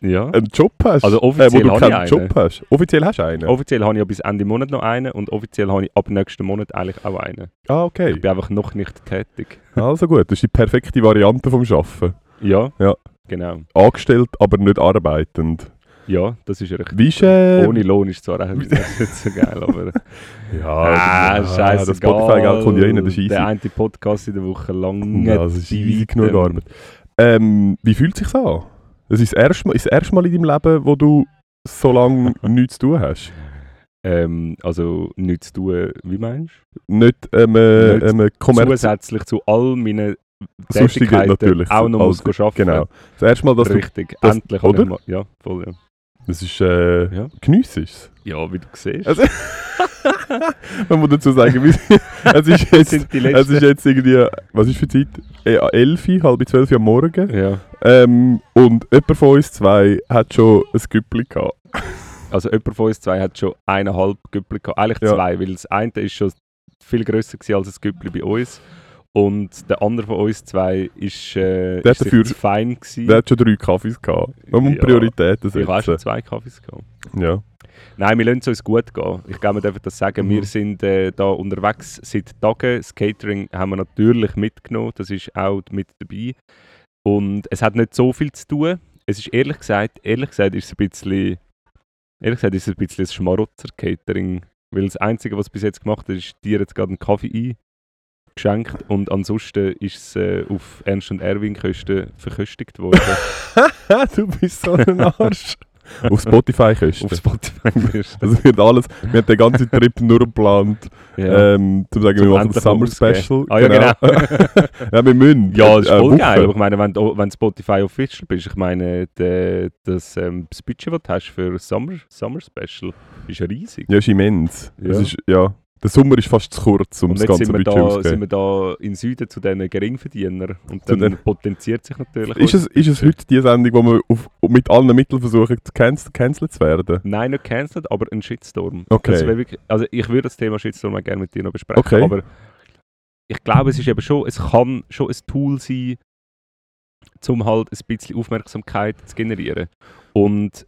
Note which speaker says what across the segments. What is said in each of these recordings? Speaker 1: ja.
Speaker 2: einen Job hast. Äh,
Speaker 1: Also
Speaker 2: wo
Speaker 1: offiziell
Speaker 2: du
Speaker 1: habe
Speaker 2: keinen
Speaker 1: ich einen.
Speaker 2: Job hast. Offiziell hast du einen.
Speaker 1: Offiziell habe ich ja bis Ende Monat noch einen und offiziell habe ich ab nächsten Monat eigentlich auch einen.
Speaker 2: ah,
Speaker 1: Ich
Speaker 2: okay.
Speaker 1: bin einfach noch nicht tätig.
Speaker 2: Also gut, das ist die perfekte Variante vom Schaffen.
Speaker 1: Ja?
Speaker 2: Ja.
Speaker 1: Genau.
Speaker 2: Angestellt, aber nicht arbeitend.
Speaker 1: Ja, das ist richtig.
Speaker 2: Wie ist, äh,
Speaker 1: Ohne Lohn ist zwar auch nicht so geil, aber.
Speaker 2: Ja,
Speaker 1: ah,
Speaker 2: ja,
Speaker 1: scheiße.
Speaker 2: Das Spotify-Geld kommt ja rein, das ist easy.
Speaker 1: Der eine Podcast in der Woche lang.
Speaker 2: Ja, das ist
Speaker 1: die
Speaker 2: easy
Speaker 1: Weite.
Speaker 2: genug Arbeit. Ähm, wie fühlt es sich an? Es ist das erste, Mal, ist das erste Mal in deinem Leben, wo du so lange nichts zu tun hast.
Speaker 1: Ähm, also nichts zu tun, wie meinst du?
Speaker 2: Nicht ähm, äh,
Speaker 1: Nicht
Speaker 2: ähm, kommerziell.
Speaker 1: Zusätzlich zu all meinen
Speaker 2: Sonstigen
Speaker 1: Tätigkeiten
Speaker 2: natürlich.
Speaker 1: auch noch
Speaker 2: Alles-
Speaker 1: muss arbeiten.
Speaker 2: Genau. Das erste Mal, dass du.
Speaker 1: Richtig,
Speaker 2: das-
Speaker 1: endlich. habe ich
Speaker 2: oder?
Speaker 1: mal- Ja, voll, ja.
Speaker 2: Das ist. Äh,
Speaker 1: Ja.
Speaker 2: Geniess es.
Speaker 1: Ja, wie du siehst.
Speaker 2: Also- Man muss dazu sagen, wir- es ist
Speaker 1: das
Speaker 2: jetzt.
Speaker 1: sind die
Speaker 2: Es
Speaker 1: letzten.
Speaker 2: ist jetzt irgendwie, was ist für die Zeit? Eh, an 11, halb 12 Uhr am Morgen.
Speaker 1: ja.
Speaker 2: Ähm, und jemand von uns zwei hat schon ein Güppli gehabt.
Speaker 1: Also jemand von uns zwei hat schon eineinhalb Güppel gehabt. Eigentlich
Speaker 2: Ja.
Speaker 1: zwei, weil das eine ist schon viel grösser gewesen als das Güppel bei uns. Und der andere von uns zwei ist, äh,
Speaker 2: Der
Speaker 1: ist
Speaker 2: hat dafür-
Speaker 1: zu fein gewesen.
Speaker 2: Der hat schon drei Kaffees gehabt. Man muss
Speaker 1: Ja.
Speaker 2: Prioritäten
Speaker 1: ich habe schon
Speaker 2: setzen.
Speaker 1: zwei Kaffees gehabt.
Speaker 2: Ja.
Speaker 1: Nein, wir lassen es uns gut gehen. Ich glaube, wir dürfen das sagen.
Speaker 2: Mhm.
Speaker 1: Wir sind äh, da unterwegs seit Tagen. Das Catering haben wir natürlich mitgenommen. Das ist auch mit dabei. Und es hat nicht so viel zu tun. Es ist ehrlich gesagt, ehrlich gesagt ist es ein bisschen, ehrlich gesagt ist es ein bisschen ein Schmarotzer-Catering. Weil das Einzige, was es bis jetzt gemacht hat, ist, dir jetzt gerade einen Kaffee ein geschenkt und ansonsten ist es äh, auf Ernst und Erwin Kosten verköstigt worden.
Speaker 2: du bist so ein Arsch. Auf Spotify
Speaker 1: auf
Speaker 2: kostet.
Speaker 1: Spotify.
Speaker 2: Das wird alles. Wir haben den ganzen Trip nur geplant,
Speaker 1: Ja.
Speaker 2: ähm, zu sagen, wir
Speaker 1: Zum
Speaker 2: machen das
Speaker 1: endlich
Speaker 2: Summer
Speaker 1: mal
Speaker 2: Special. Genau.
Speaker 1: Ah, ja,
Speaker 2: ja, wir müssen.
Speaker 1: Ja, das ist
Speaker 2: Äh,
Speaker 1: voll
Speaker 2: Woche.
Speaker 1: geil. Aber ich meine, wenn du, wenn du Spotify Official bist, ich meine, de, das, ähm, das Budget, das du hast für das Summer, Summer Special, ist riesig.
Speaker 2: Ja, ist immens.
Speaker 1: Ja.
Speaker 2: Das ist, ja. Der Sommer ist fast zu kurz, um
Speaker 1: Und
Speaker 2: das
Speaker 1: jetzt
Speaker 2: ganze
Speaker 1: sind wir,
Speaker 2: Budget
Speaker 1: da, sind
Speaker 2: auszugeben.
Speaker 1: wir da im Süden zu diesen Geringverdienern. Und
Speaker 2: Zu
Speaker 1: dann
Speaker 2: den-
Speaker 1: potenziert sich natürlich.
Speaker 2: Ist es, ist es heute die Sendung, wo wir auf, mit allen Mitteln versuchen, zu canc- cancelled zu werden?
Speaker 1: Nein, nicht cancelled, aber ein Shitstorm.
Speaker 2: Okay.
Speaker 1: Das wär wirklich, also ich würde das Thema Shitstorm auch gerne mit dir noch besprechen.
Speaker 2: Okay.
Speaker 1: Aber ich glaube, es ist eben schon, es kann schon ein Tool sein, um halt ein bisschen Aufmerksamkeit zu generieren. Und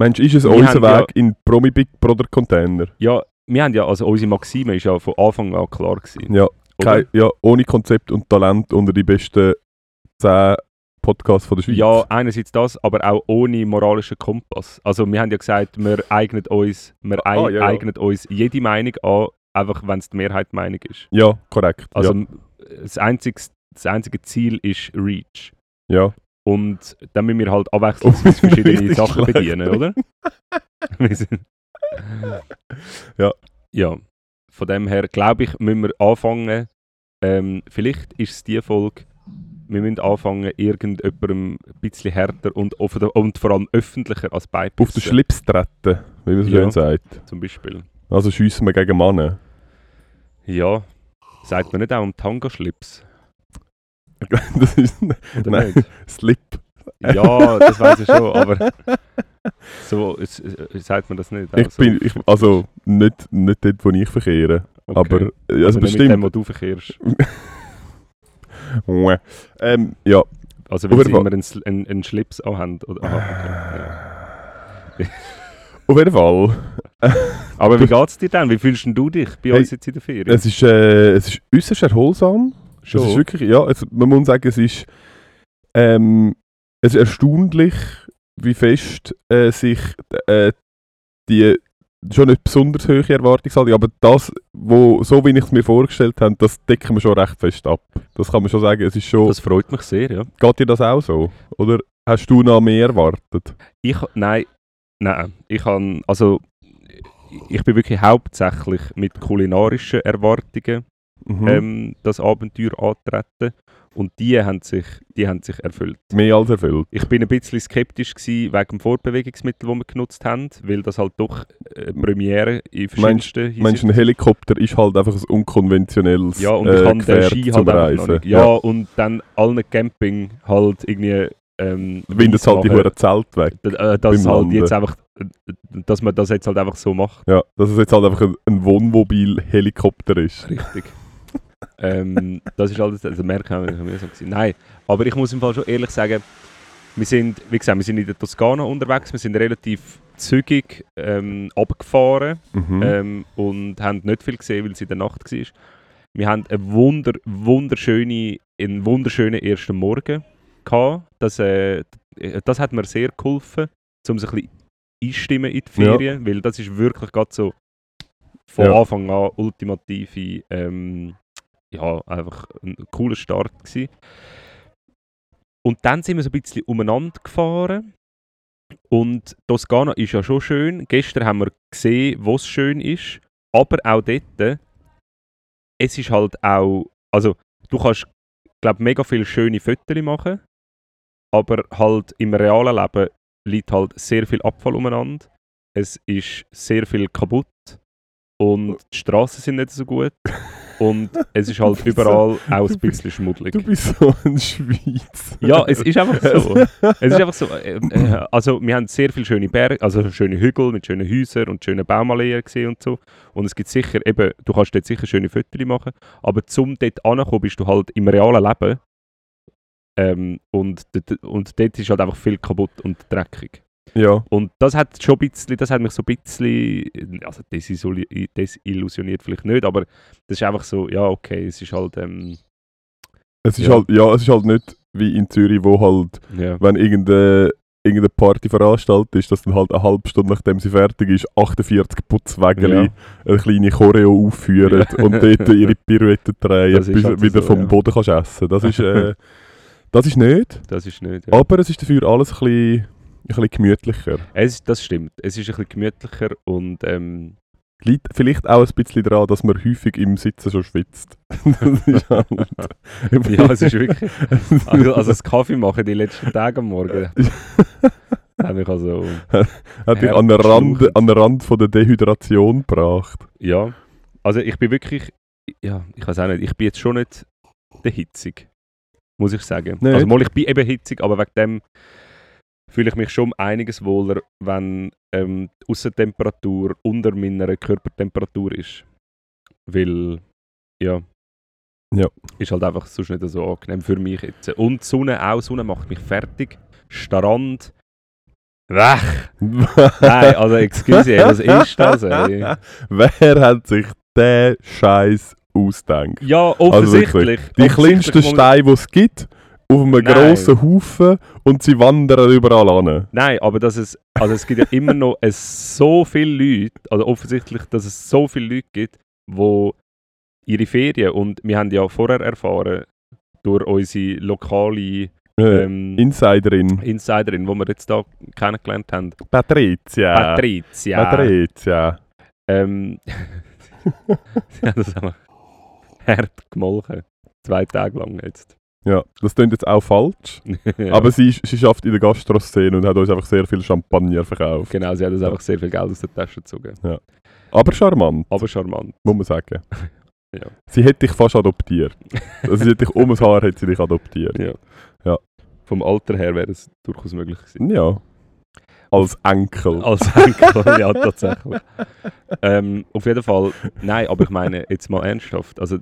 Speaker 2: Meinst du, ist es
Speaker 1: Wir
Speaker 2: unser
Speaker 1: haben
Speaker 2: Weg
Speaker 1: ja-
Speaker 2: in Promi Big Brother Container?
Speaker 1: Ja, wir haben ja, also unsere Maxime ist ja von Anfang an klar gewesen.
Speaker 2: Ja,
Speaker 1: oder?
Speaker 2: Kein, ja, ohne Konzept und Talent unter die besten 10 Podcasts von der Schweiz.
Speaker 1: ja, einerseits das, aber auch ohne moralischen Kompass. Also wir haben ja gesagt, wir eignen uns, wir
Speaker 2: Ah,
Speaker 1: ei-
Speaker 2: ah, ja, ja.
Speaker 1: eignen uns jede Meinung an, einfach wenn es die Mehrheit die Meinung ist.
Speaker 2: ja korrekt.
Speaker 1: Also m- das, einzige, das einzige Ziel ist Reach.
Speaker 2: ja. ja.
Speaker 1: Und dann müssen wir halt abwechselnd verschiedene
Speaker 2: Richtig
Speaker 1: Sachen
Speaker 2: schlecht.
Speaker 1: bedienen, oder? Wir sind-
Speaker 2: Ja.
Speaker 1: Ja. Von dem her, glaube ich, müssen wir anfangen. Ähm, vielleicht ist es die Folge, wir müssen anfangen, irgendjemandem ein bisschen härter und, offen- und vor allem öffentlicher als
Speaker 2: Auf den
Speaker 1: beipissen.
Speaker 2: Schlips treten, wie man so
Speaker 1: Ja.
Speaker 2: schön sagt.
Speaker 1: Zum Beispiel.
Speaker 2: Also schiessen wir gegen Männer.
Speaker 1: Ja. Sagt man nicht auch am Tango-Schlips?
Speaker 2: Das ist
Speaker 1: oder
Speaker 2: Nein.
Speaker 1: nicht?
Speaker 2: Slip.
Speaker 1: Ja, das weiß ich schon, aber so es- es- sagt man das nicht. auch
Speaker 2: Ich
Speaker 1: so.
Speaker 2: bin, ich, also nicht, nicht dort, wo ich verkehre,
Speaker 1: Okay.
Speaker 2: aber äh, also
Speaker 1: also nicht mit dem,
Speaker 2: bestimmt.
Speaker 1: wo du verkehrst.
Speaker 2: Mua. ähm, ja.
Speaker 1: Also wenn
Speaker 2: Auf
Speaker 1: sie
Speaker 2: jeden
Speaker 1: immer einen, Sl- einen, einen Schlips anhaben. Oder,
Speaker 2: Ah.
Speaker 1: aha,
Speaker 2: Auf jeden Fall.
Speaker 1: okay. Aber wie geht's dir denn? Wie fühlst denn du dich bei
Speaker 2: Hey,
Speaker 1: uns jetzt in der Ferien?
Speaker 2: Es ist, äh, es ist äußerst erholsam. Es ist
Speaker 1: Schon?
Speaker 2: wirklich, ja, es, man muss sagen, es ist, ähm, es ist erstaunlich, wie fest äh, sich äh, die schon nicht besonders hohe Erwartungshaltung, aber das, wo, so wie ich es mir vorgestellt habe, das decken wir schon recht fest ab. Das kann man schon sagen. Es ist schon,
Speaker 1: Das freut mich sehr, ja.
Speaker 2: geht dir das auch so? Oder hast du noch mehr erwartet?
Speaker 1: Ich, nein, nein, ich kann, also ich bin wirklich hauptsächlich mit kulinarischen Erwartungen
Speaker 2: Mhm.
Speaker 1: ähm, das Abenteuer antreten und die haben sich, die haben sich erfüllt.
Speaker 2: mehr als erfüllt.
Speaker 1: Ich bin ein bisschen skeptisch gewesen wegen dem Vorbewegungsmittel, das wir genutzt haben, weil das halt doch äh, Premiere in verschiedensten
Speaker 2: Meinst du, ein Helikopter ist halt einfach ein unkonventionelles
Speaker 1: Ja, und
Speaker 2: äh,
Speaker 1: ich habe den
Speaker 2: Gefährt
Speaker 1: Ski
Speaker 2: zum
Speaker 1: halt einfach noch
Speaker 2: Reisen.
Speaker 1: nicht. Ja, und dann allen Camping halt irgendwie... Ähm,
Speaker 2: Windet halt die
Speaker 1: machen.
Speaker 2: hohen Zelt weg.
Speaker 1: D- äh, dass
Speaker 2: beim
Speaker 1: halt
Speaker 2: Landen.
Speaker 1: jetzt einfach... äh, Dass man das jetzt halt einfach so macht.
Speaker 2: Ja, dass es jetzt halt einfach ein, ein Wohnmobil-Helikopter ist.
Speaker 1: Richtig. ähm, das ist alles... Also merken wir, wir so gewesen. Nein, aber ich muss im Fall schon ehrlich sagen, wir sind, wie gesagt, wir sind in der Toskana unterwegs, wir sind relativ zügig ähm, abgefahren.
Speaker 2: Mhm.
Speaker 1: ähm, und haben nicht viel gesehen, weil es in der Nacht war. Wir haben einen wunder, wunderschöne, einen wunderschönen ersten Morgen. Gehabt. Das, äh, das hat mir sehr geholfen, um sich ein bisschen einstimmen in die
Speaker 2: Ja.
Speaker 1: Ferien, weil das ist wirklich gerade so von
Speaker 2: Ja.
Speaker 1: Anfang an ultimative, ähm, ja, einfach ein cooler Start gewesen. Und dann sind wir so ein bisschen umeinander gefahren. Und Toskana ist ja schon schön. Gestern haben wir gesehen, wo es schön ist. Aber auch dort, äh, es ist halt auch. Also, du kannst, glaube mega viele schöne Fotos machen. Aber halt im realen Leben liegt halt sehr viel Abfall umeinander. Es ist sehr viel kaputt. Und die Straßen sind nicht so gut. Und es ist halt überall auch ein bisschen schmuddelig.
Speaker 2: Du bist so ein Schweizer.
Speaker 1: Ja, es ist einfach so. Es ist einfach so. äh, äh, Also, wir haben sehr viele schöne Berge, also schöne Hügel mit schönen Häusern und schönen Baumalleen gesehen und so. Und es gibt sicher, eben, du kannst dort sicher schöne Fotos machen, aber zum dort ankommen bist du halt im realen Leben. Ähm, und, dort- und dort ist halt einfach viel kaputt und dreckig.
Speaker 2: Ja.
Speaker 1: Und das hat schon ein bisschen, das hat mich so ein bisschen, also desillu- desillusioniert vielleicht nicht, aber das ist einfach so, ja okay, es ist halt, ähm,
Speaker 2: Es ist
Speaker 1: Ja.
Speaker 2: halt, ja, es ist halt nicht wie in Zürich, wo halt,
Speaker 1: ja.
Speaker 2: wenn irgendeine, irgendeine Party veranstaltet ist, dass dann halt eine halbe Stunde nachdem sie fertig ist, 48 Putzwägeli
Speaker 1: Ja.
Speaker 2: eine kleine Choreo aufführen
Speaker 1: Ja.
Speaker 2: und dort ihre Pirouetten drehen,
Speaker 1: Das ist
Speaker 2: bis
Speaker 1: halt
Speaker 2: wieder
Speaker 1: so,
Speaker 2: vom
Speaker 1: ja.
Speaker 2: Boden kannst essen. Das ist, äh, das ist nicht,
Speaker 1: das ist nicht, ja.
Speaker 2: aber es ist dafür alles ein bisschen, ein bisschen gemütlicher.
Speaker 1: Es, das stimmt. Es ist ein bisschen gemütlicher und ähm,
Speaker 2: Liegt vielleicht auch ein bisschen daran, dass man häufig im Sitzen schon schwitzt. das ist halt...
Speaker 1: ja, es ist wirklich. Also, also das Kaffee machen die letzten Tage am Morgen. habe ich also.
Speaker 2: Hat dich an den Rand, an den Rand von der Dehydration gebracht.
Speaker 1: Ja. Also ich bin wirklich. Ja, ich weiß auch nicht. Ich bin jetzt schon nicht der hitzig. Muss ich sagen.
Speaker 2: Nicht?
Speaker 1: Also mal, ich bin eben hitzig, aber wegen dem fühle ich mich schon um einiges wohler, wenn ähm, die Aussentemperatur unter meiner Körpertemperatur ist. Weil, ja.
Speaker 2: Ja.
Speaker 1: Ist halt einfach sonst nicht so angenehm für mich jetzt. Und die Sonne auch, die Sonne macht mich fertig. Starrand. Wech! Nein, also excuse, ey, was ist das? also, Ey?
Speaker 2: Wer hat sich den Scheiß ausgedacht?
Speaker 1: Ja,
Speaker 2: Also wirklich,
Speaker 1: offensichtlich.
Speaker 2: Die
Speaker 1: Offensichtlich
Speaker 2: kleinsten
Speaker 1: muss-
Speaker 2: Steine, die es gibt, auf einem
Speaker 1: Nein.
Speaker 2: grossen Haufen und sie wandern überall an.
Speaker 1: Nein, aber dass es, also es gibt ja immer noch es so viele Leute, also offensichtlich, dass es so viele Leute gibt, wo ihre Ferien, und wir haben ja vorher erfahren, durch unsere lokale
Speaker 2: Äh,
Speaker 1: ähm,
Speaker 2: Insiderin.
Speaker 1: Insiderin, die wir jetzt da kennengelernt haben,
Speaker 2: Patrizia.
Speaker 1: Patricia.
Speaker 2: Patrizia.
Speaker 1: Ähm, sie haben das einfach hart gemolken. Zwei Tage lang jetzt.
Speaker 2: Ja, das klingt jetzt auch falsch,
Speaker 1: Ja.
Speaker 2: aber sie, sie schafft in der Gastroszene und hat uns einfach sehr viel Champagner verkauft.
Speaker 1: Genau, sie haben uns einfach sehr viel Geld aus der Tasche gezogen.
Speaker 2: Aber charmant,
Speaker 1: Aber charmant.
Speaker 2: muss man sagen.
Speaker 1: Ja.
Speaker 2: Sie hätte dich fast adoptiert. Also sie hätte dich um das Haar hätte sie dich adoptiert.
Speaker 1: Vom Alter her wäre es durchaus möglich gewesen.
Speaker 2: Ja. Als Enkel.
Speaker 1: Als Enkel, ja, tatsächlich. ähm, auf jeden Fall, nein, aber ich meine, jetzt mal ernsthaft, also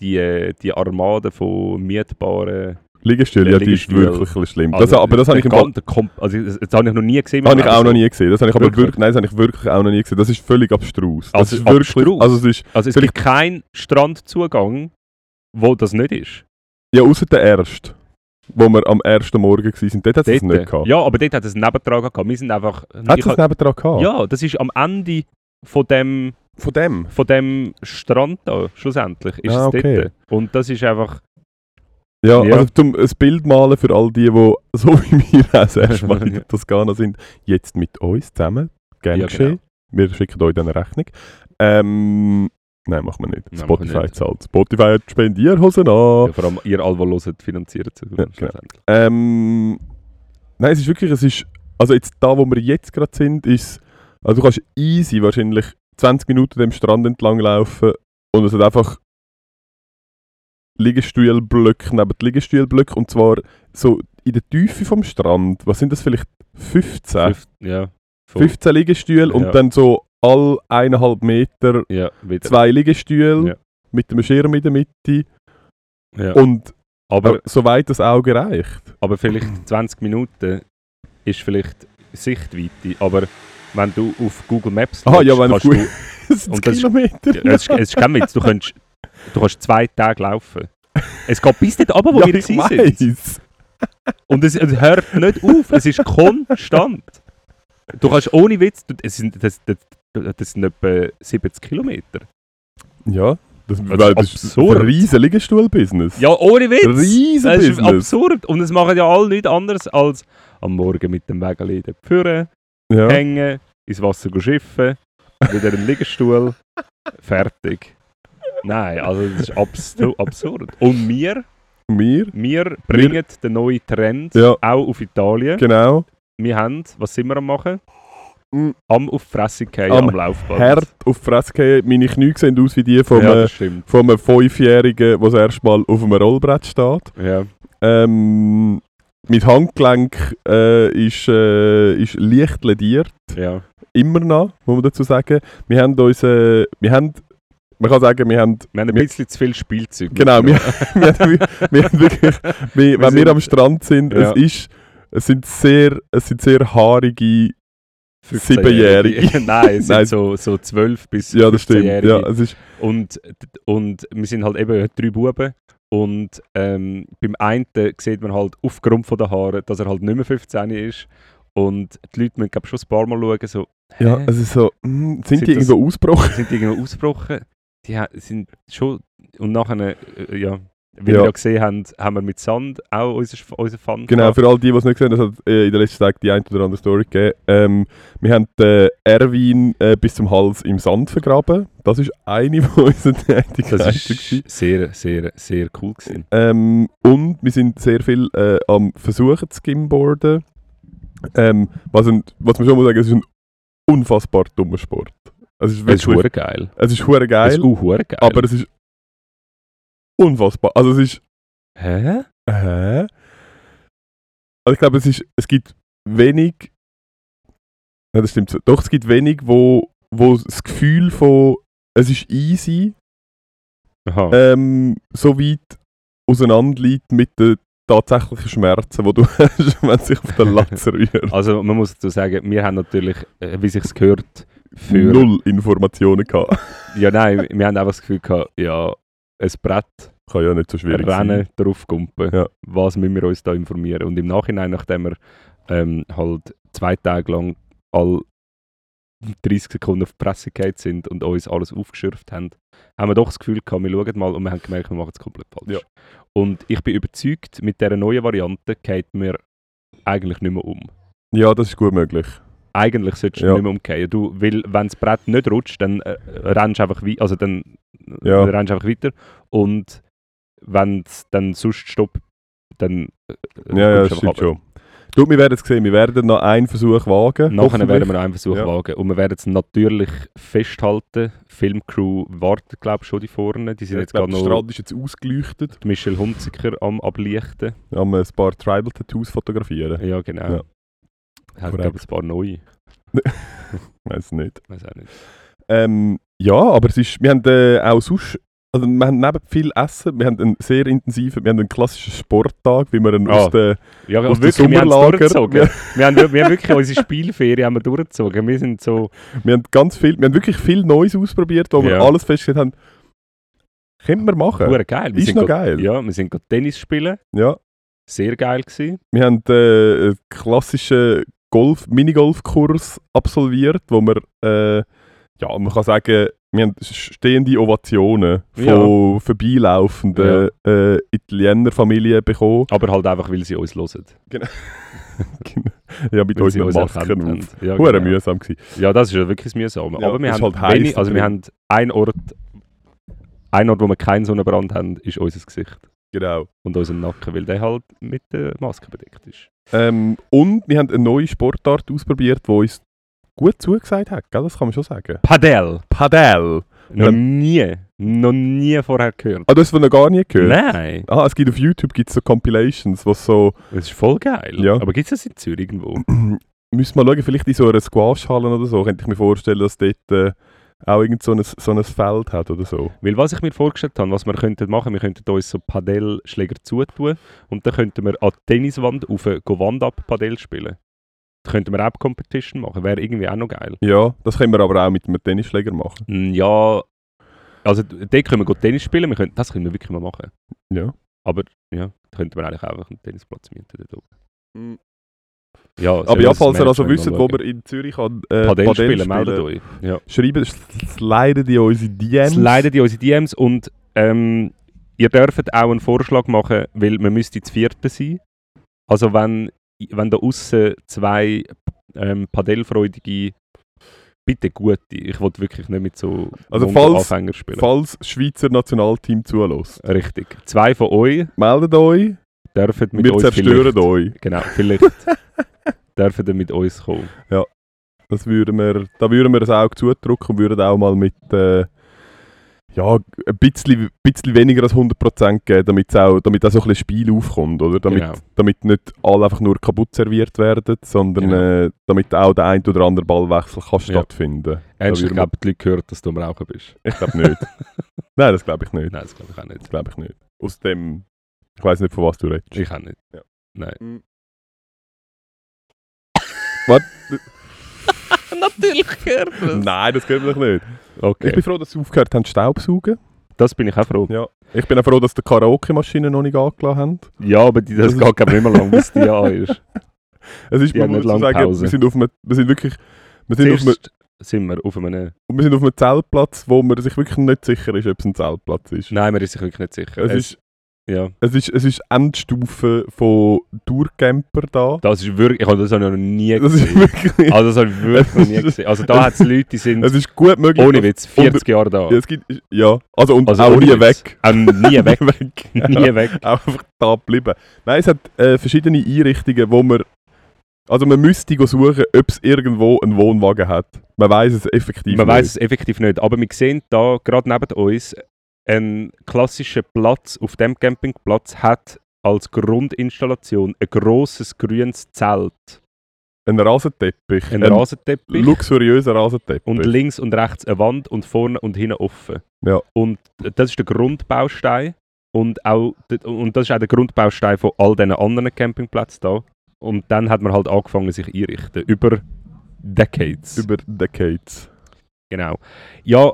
Speaker 1: die, äh, die Armade von mietbaren...
Speaker 2: Liegestühle, ja, die ist
Speaker 1: Liegestühle.
Speaker 2: wirklich ein bisschen schlimm. Das, aber das habe ich, im
Speaker 1: im
Speaker 2: Fall-
Speaker 1: also, das, das habe ich noch nie gesehen.
Speaker 2: habe ich auch noch nie gesehen. Das habe ich aber
Speaker 1: also- Wirklich?
Speaker 2: wirklich, nein, das habe ich wirklich auch noch nie gesehen. Das ist völlig abstrus. Das
Speaker 1: Also
Speaker 2: ist wirklich,
Speaker 1: abstrus?
Speaker 2: Also es ist,
Speaker 1: Also es gibt keinen Strandzugang, wo das nicht ist.
Speaker 2: ja, außer der erste, wo wir am ersten Morgen waren, dort hat es das
Speaker 1: Dort.
Speaker 2: nicht gehabt.
Speaker 1: Ja, aber dort hat es einen Nebentrag gehabt. Wir sind einfach...
Speaker 2: Hat
Speaker 1: ich
Speaker 2: es das
Speaker 1: ha-
Speaker 2: nebendran gehabt?
Speaker 1: ja, das ist am Ende von dem...
Speaker 2: Von dem?
Speaker 1: von dem Strand da, schlussendlich, ist
Speaker 2: Ah,
Speaker 1: es
Speaker 2: okay.
Speaker 1: dort. Und das ist einfach,
Speaker 2: Ja,
Speaker 1: Ja.
Speaker 2: also zum ein Bild malen für all die, die so wie wir auch das erste Mal
Speaker 1: Ja.
Speaker 2: in Toskana sind, jetzt mit uns zusammen, gerne
Speaker 1: Ja, genau.
Speaker 2: geschehen. Wir schicken euch dann eine Rechnung. Ähm, nein, machen wir nicht.
Speaker 1: Nein, machen wir
Speaker 2: Spotify
Speaker 1: nicht.
Speaker 2: zahlt. Spotify hat Spendierhosen an.
Speaker 1: ja, vor allem ihr alle, die hören, finanziert zu
Speaker 2: Oh. Ja, genau. Ähm, nein, es ist wirklich, es ist, also jetzt da, wo wir jetzt gerade sind, ist, also du kannst easy wahrscheinlich 20 Minuten dem Strand entlang laufen und es hat einfach Liegestuhlblöcke neben die Liegestuhlblöcke und zwar so in der Tiefe vom Strand, was sind das vielleicht 15?
Speaker 1: Fünf- ja, voll.
Speaker 2: 15 Liegestühle und
Speaker 1: Ja.
Speaker 2: dann so all eineinhalb Meter
Speaker 1: ja, wieder.
Speaker 2: zwei Liegestühle
Speaker 1: Ja.
Speaker 2: mit einem Schirm in der Mitte
Speaker 1: Ja.
Speaker 2: und
Speaker 1: Aber,
Speaker 2: soweit das Auge reicht.
Speaker 1: aber vielleicht 20 Minuten ist vielleicht Sichtweite, aber wenn du auf Google Maps
Speaker 2: Ah, ja,
Speaker 1: schaust,
Speaker 2: wenn du
Speaker 1: kannst
Speaker 2: gut-
Speaker 1: du,
Speaker 2: Das sind
Speaker 1: Und das ist-
Speaker 2: Kilometer.
Speaker 1: Ja, es, ist- es ist kein Witz, du kannst, du kannst zwei Tage laufen. Es geht bis dort runter, wo wir
Speaker 2: ich
Speaker 1: gewesen sind.
Speaker 2: weiss.
Speaker 1: Und es, es hört nicht auf, es ist konstant. Du kannst ohne Witz, du- es sind, das, das, das sind etwa 70 Kilometer.
Speaker 2: Ja, das,
Speaker 1: ist
Speaker 2: weil das ist
Speaker 1: Also absurd.
Speaker 2: ein riesen Liegestuhl-Business.
Speaker 1: Ja, ohne Witz!
Speaker 2: riesen
Speaker 1: Das ist
Speaker 2: Business.
Speaker 1: absurd. Und es machen ja alle nichts anderes als am Morgen mit dem Wägeli dort führen,
Speaker 2: Ja.
Speaker 1: hängen, ins Wasser gehen schiffen, wieder im Liegestuhl, fertig. Nein, also das ist absu absurd. Und wir,
Speaker 2: Wir,
Speaker 1: wir bringen den neuen Trend
Speaker 2: Ja.
Speaker 1: auch auf Italien.
Speaker 2: genau.
Speaker 1: Wir haben, was sind wir am machen?
Speaker 2: Mhm.
Speaker 1: am auf die Fresse fallen
Speaker 2: Am
Speaker 1: am, Laufband.
Speaker 2: Herd auf die Fresse gefallen. Meine Knie sehen aus wie die vom,
Speaker 1: ja,
Speaker 2: äh,
Speaker 1: das stimmt.
Speaker 2: vom einem Fünfjährigen, der das erste Mal auf einem Rollbrett steht.
Speaker 1: Ja.
Speaker 2: Ähm, mein Handgelenk äh, ist, äh, ist leicht lediert.
Speaker 1: Ja.
Speaker 2: Immer noch, muss man dazu sagen. Wir haben uns... Äh, wir haben, man kann sagen, wir haben...
Speaker 1: Wir haben ein
Speaker 2: Wir-
Speaker 1: bisschen zu viel Spielzeug.
Speaker 2: Genau, wir, wir, haben, wir, wir haben wirklich... Wir, wenn
Speaker 1: sind-
Speaker 2: wir am Strand sind,
Speaker 1: Ja.
Speaker 2: es, ist, es, sind sehr, es sind sehr haarige...
Speaker 1: 15-Jährige. Nein, es sind
Speaker 2: Nein.
Speaker 1: So, so 12 bis
Speaker 2: Ja, das stimmt.
Speaker 1: 15-Jährige.
Speaker 2: Ja, es ist,
Speaker 1: Und, und wir sind halt eben drei Buben. Und ähm, beim einen sieht man halt aufgrund von der Haare, dass er halt nicht mehr 15 ist. Und die Leute müssen glaub, schon ein paar Mal schauen, so,
Speaker 2: ja,
Speaker 1: Hä?
Speaker 2: es ist so... mm, sind,
Speaker 1: Sind
Speaker 2: die
Speaker 1: das-
Speaker 2: irgendwo ausgebrochen?
Speaker 1: sind die irgendwo ausgebrochen? Die ha- sind schon... Und nachher, äh, ja, wie wir
Speaker 2: Ja.
Speaker 1: ja gesehen haben, haben wir mit Sand auch unser, unser Fun
Speaker 2: Genau,
Speaker 1: gehabt.
Speaker 2: für all die, die es nicht gesehen haben, es hat äh, in den letzten Tagen die ein oder andere Story gegeben. Ähm, wir haben den Erwin äh, bis zum Hals im Sand vergraben. Das ist eine von unseren Tätigkeiten.
Speaker 1: Das
Speaker 2: gewesen.
Speaker 1: ist sehr, sehr, sehr cool gewesen.
Speaker 2: Ähm, und wir sind sehr viel äh, am Versuchen zu skimboarden. Ähm, was, ein, was man schon mal sagen es ist ein unfassbar dummer Sport. Es ist
Speaker 1: Es ist
Speaker 2: wirklich,
Speaker 1: hure geil.
Speaker 2: es ist hure
Speaker 1: Es
Speaker 2: geil,
Speaker 1: ist auch hure geil.
Speaker 2: aber es ist unfassbar. Also es ist
Speaker 1: Hä?
Speaker 2: Hä? Also ich glaube, es, ist, es gibt wenig. Nein, das stimmt. so. Doch, es gibt wenig, wo, wo das Gefühl von es ist easy
Speaker 1: Aha.
Speaker 2: ähm, so weit auseinander liegt mit den tatsächlichen Schmerzen, die du hast, wenn es sich auf den Latz rührt.
Speaker 1: Also man muss dazu sagen, wir haben natürlich, äh, wie sich's gehört, für...
Speaker 2: Null Informationen gehabt.
Speaker 1: Ja nein, wir haben einfach das Gefühl gehabt, ja, ein Brett,
Speaker 2: Kann ja nicht so schwierig sein.
Speaker 1: Rennen, draufkumpen.
Speaker 2: Ja.
Speaker 1: Was müssen wir uns da informieren? Und im Nachhinein, nachdem wir ähm, halt zwei Tage lang all 30 Sekunden auf die Presse gegangen sind und uns alles aufgeschürft haben, haben wir doch das Gefühl gehabt, wir schauen mal und wir haben gemerkt, wir machen es komplett falsch. Und ich bin überzeugt, mit dieser neuen Variante geht mir eigentlich nicht mehr um.
Speaker 2: Ja, das ist gut möglich.
Speaker 1: eigentlich solltest du
Speaker 2: Ja.
Speaker 1: nicht mehr umkehren. Du, weil, wenn das Brett nicht rutscht, dann äh, rennst du einfach, wei- also dann, äh,
Speaker 2: Ja.
Speaker 1: rennst du einfach weiter. Und wenn es dann sonst stoppt, dann. äh,
Speaker 2: Ja, ja, das
Speaker 1: kommst du
Speaker 2: stimmt
Speaker 1: einfach
Speaker 2: schon. Du, wir werden es sehen. Wir werden noch einen Versuch wagen.
Speaker 1: runter. Nachher werden
Speaker 2: hoffentlich.
Speaker 1: wir einen Versuch
Speaker 2: Ja.
Speaker 1: wagen. Und wir werden es natürlich festhalten. Filmcrew wartet, glaube ich, schon die vorne. Die sind
Speaker 2: Ich
Speaker 1: jetzt
Speaker 2: glaube,
Speaker 1: gerade
Speaker 2: der
Speaker 1: noch
Speaker 2: Strand ist jetzt ausgeleuchtet.
Speaker 1: die Michelle Hunziker am Ablichten.
Speaker 2: am ein paar Tribal Tattoos fotografieren.
Speaker 1: Ja, genau.
Speaker 2: Ja.
Speaker 1: Hat,
Speaker 2: Korrekt.
Speaker 1: glaube ich, ein paar neue.
Speaker 2: Weiß nicht.
Speaker 1: Weiß auch nicht.
Speaker 2: Ähm, ja, aber es ist, wir haben äh, auch sonst, also wir haben neben viel Essen, wir haben einen sehr intensiven, wir haben einen klassischen Sporttag, wie wir ihn
Speaker 1: Ah.
Speaker 2: aus der,
Speaker 1: Ja,
Speaker 2: aus
Speaker 1: aber
Speaker 2: dem
Speaker 1: wirklich, wir haben
Speaker 2: Sommerlager-
Speaker 1: durchgezogen. wir, haben, wir haben wirklich unsere Spielferien haben wir durchgezogen. Wir sind so.
Speaker 2: wir haben ganz viel, wir haben wirklich viel Neues ausprobiert, wo wir
Speaker 1: Ja.
Speaker 2: alles festgestellt haben, können wir machen.
Speaker 1: Hure geil. Wir
Speaker 2: Ist
Speaker 1: sind
Speaker 2: noch
Speaker 1: grad-
Speaker 2: geil.
Speaker 1: Ja, wir sind gerade Tennis spielen.
Speaker 2: Ja,
Speaker 1: Sehr geil gewesen.
Speaker 2: wir haben äh, einen klassischen Golf, Minigolf-Kurs absolviert, wo wir, äh, ja, man kann sagen, wir haben stehende Ovationen von
Speaker 1: Ja.
Speaker 2: vorbeilaufenden äh, Italiener Familien bekommen.
Speaker 1: Aber halt einfach, weil sie uns hören.
Speaker 2: Genau. ja, mit
Speaker 1: Weil sie
Speaker 2: unseren
Speaker 1: uns
Speaker 2: Masken
Speaker 1: erkannt
Speaker 2: auf.
Speaker 1: haben. Ja,
Speaker 2: Hure
Speaker 1: genau.
Speaker 2: mühsam gewesen.
Speaker 1: ja, das ist ja wirklich das Mühsame.
Speaker 2: Ja,
Speaker 1: Aber wir
Speaker 2: es ist halt
Speaker 1: haben,
Speaker 2: heiß
Speaker 1: wenig,
Speaker 2: da
Speaker 1: also wir haben einen Ort, ein Ort, wo wir keinen Sonnenbrand haben, ist unser Gesicht
Speaker 2: Genau.
Speaker 1: und unser Nacken, weil der halt mit der Maske bedeckt ist.
Speaker 2: Ähm, und wir haben eine neue Sportart ausprobiert, die uns gut zugesagt hat, gell? das kann man schon sagen.
Speaker 1: Padel!
Speaker 2: Padel.
Speaker 1: Noch
Speaker 2: Ähm,
Speaker 1: nie, noch nie vorher gehört.
Speaker 2: Ah, das haben wir noch gar nie gehört.
Speaker 1: Nein,
Speaker 2: Ah, es gibt auf YouTube gibt's so Compilations, was so,
Speaker 1: das ist voll geil.
Speaker 2: Ja.
Speaker 1: Aber gibt es das in Zürich irgendwo?
Speaker 2: müssen wir schauen, vielleicht in so einer Squash-Halle oder so, könnte ich mir vorstellen, dass dort äh, auch irgend so ein, so ein Feld hat oder so.
Speaker 1: Weil was ich mir vorgestellt habe, was wir könnten machen, wir könnten uns so Padellschläger zutun und dann könnten wir an die Tenniswand auf eine Wand ab Padell spielen. Dann könnten wir auch Competition machen, wäre irgendwie auch noch geil.
Speaker 2: Ja, das können wir aber auch mit einem Tennisschläger machen.
Speaker 1: Mm, Ja, also d- dort können wir gut Tennis spielen, wir können, das können wir wirklich mal machen.
Speaker 2: Ja.
Speaker 1: Ja, da könnten wir eigentlich auch einfach einen Tennisplatz mieten dort oben. Ja,
Speaker 2: Aber ja, falls ihr
Speaker 1: das
Speaker 2: also wisst,
Speaker 1: Management
Speaker 2: wo
Speaker 1: mal
Speaker 2: wir
Speaker 1: schauen.
Speaker 2: in Zürich an, äh,
Speaker 1: Padell, spielen, meldet euch. Ja.
Speaker 2: schreiben, sliden die unsere DMs.
Speaker 1: Sliden in unsere DMs und ähm, ihr dürft auch einen Vorschlag machen, weil wir müsste das vierte sein. Also wenn, wenn da außen zwei ähm, Padellfreudige, bitte gute, ich will wirklich nicht mit so
Speaker 2: Also
Speaker 1: Mongo-
Speaker 2: falls-
Speaker 1: Anfänger spielen.
Speaker 2: Falls das Schweizer Nationalteam zulässt,
Speaker 1: Richtig. Zwei von euch
Speaker 2: meldet euch,
Speaker 1: dürfen mit
Speaker 2: wir
Speaker 1: uns
Speaker 2: zerstören
Speaker 1: vielleicht,
Speaker 2: euch.
Speaker 1: Genau, vielleicht dürfen ihr mit uns kommen.
Speaker 2: Ja. Das würden wir, da würden wir ein Auge zudrücken und würden auch mal mit äh, ja, ein bisschen, bisschen weniger als 100% geben, damit auch, damit auch so ein bisschen Spiel aufkommt. Oder? Damit,
Speaker 1: Genau.
Speaker 2: damit nicht alle einfach nur kaputt serviert werden, sondern äh, damit auch der ein oder andere Ballwechsel kann stattfinden
Speaker 1: Hast
Speaker 2: würden
Speaker 1: du,
Speaker 2: wir-
Speaker 1: glaube die Leute gehört, dass du am Rauchen bist?
Speaker 2: Ich glaube nicht. Nein, das glaube ich nicht.
Speaker 1: Nein, das glaube ich auch nicht.
Speaker 2: Das glaube ich nicht. Aus dem, ich weiß nicht, von was du redest.
Speaker 1: Ich auch nicht.
Speaker 2: Ja.
Speaker 1: Nein.
Speaker 2: Was?
Speaker 3: Natürlich gehört das.
Speaker 2: Nein, das gehört mich nicht.
Speaker 1: Okay.
Speaker 2: Ich bin froh, dass sie aufgehört haben, Staub zu saugen.
Speaker 1: das bin ich auch froh.
Speaker 2: Ja. Ich bin auch froh, dass die Karaoke-Maschine noch nicht angelassen haben.
Speaker 1: Ja, aber die, das,
Speaker 2: Das-
Speaker 1: geht glaub ich, nicht mehr lang, bis die an ist.
Speaker 2: Es ist,
Speaker 1: Die
Speaker 2: man
Speaker 1: haben
Speaker 2: muss
Speaker 1: nicht lange
Speaker 2: sagen,
Speaker 1: Pause.
Speaker 2: wir sind, auf einem, wir sind wirklich wir sind, auf einem,
Speaker 1: Zuerst sind wir auf einem...
Speaker 2: wir sind auf einem Zeltplatz, wo man sich wirklich nicht sicher ist, ob es ein Zeltplatz ist.
Speaker 1: Nein, man ist sich wirklich nicht sicher.
Speaker 2: Es ist,
Speaker 1: ja,
Speaker 2: es, ist, es ist Endstufe von Tourcamper da.
Speaker 1: das ist wirklich... Ich habe das auch noch nie
Speaker 2: Das ist
Speaker 1: gesehen.
Speaker 2: wirklich,
Speaker 1: Also das habe ich wirklich noch nie gesehen. Also da hat es Leute, die sind
Speaker 2: es ist gut möglich.
Speaker 1: ohne
Speaker 2: dass-
Speaker 1: Witz 40 Jahre da.
Speaker 2: Ja, es gibt, ja, also und
Speaker 1: Also
Speaker 2: auch
Speaker 1: ohne
Speaker 2: nie
Speaker 1: Witz.
Speaker 2: weg.
Speaker 1: Auch nie weg.
Speaker 2: Ja.
Speaker 1: nie weg.
Speaker 2: auch einfach da geblieben. Nein, es hat äh, verschiedene Einrichtungen, wo man. Also man müsste go suchen, ob es irgendwo einen Wohnwagen hat. Man weiß es effektiv
Speaker 1: Man
Speaker 2: nicht.
Speaker 1: weiß es effektiv nicht. Aber wir sehen da gerade neben uns einen klassischen Platz. Auf dem Campingplatz hat als Grundinstallation ein grosses grünes Zelt,
Speaker 2: Ein Rasenteppich.
Speaker 1: ein
Speaker 2: Ein
Speaker 1: Rasenteppich
Speaker 2: luxuriöser Rasenteppich.
Speaker 1: und links und rechts eine Wand und vorne und hinten offen.
Speaker 2: Ja.
Speaker 1: Und das ist der Grundbaustein und, auch, und das ist auch der Grundbaustein von all diesen anderen Campingplätzen da. Und dann hat man halt angefangen, sich einrichten. Über Decades.
Speaker 2: über Decades.
Speaker 1: Genau. Ja,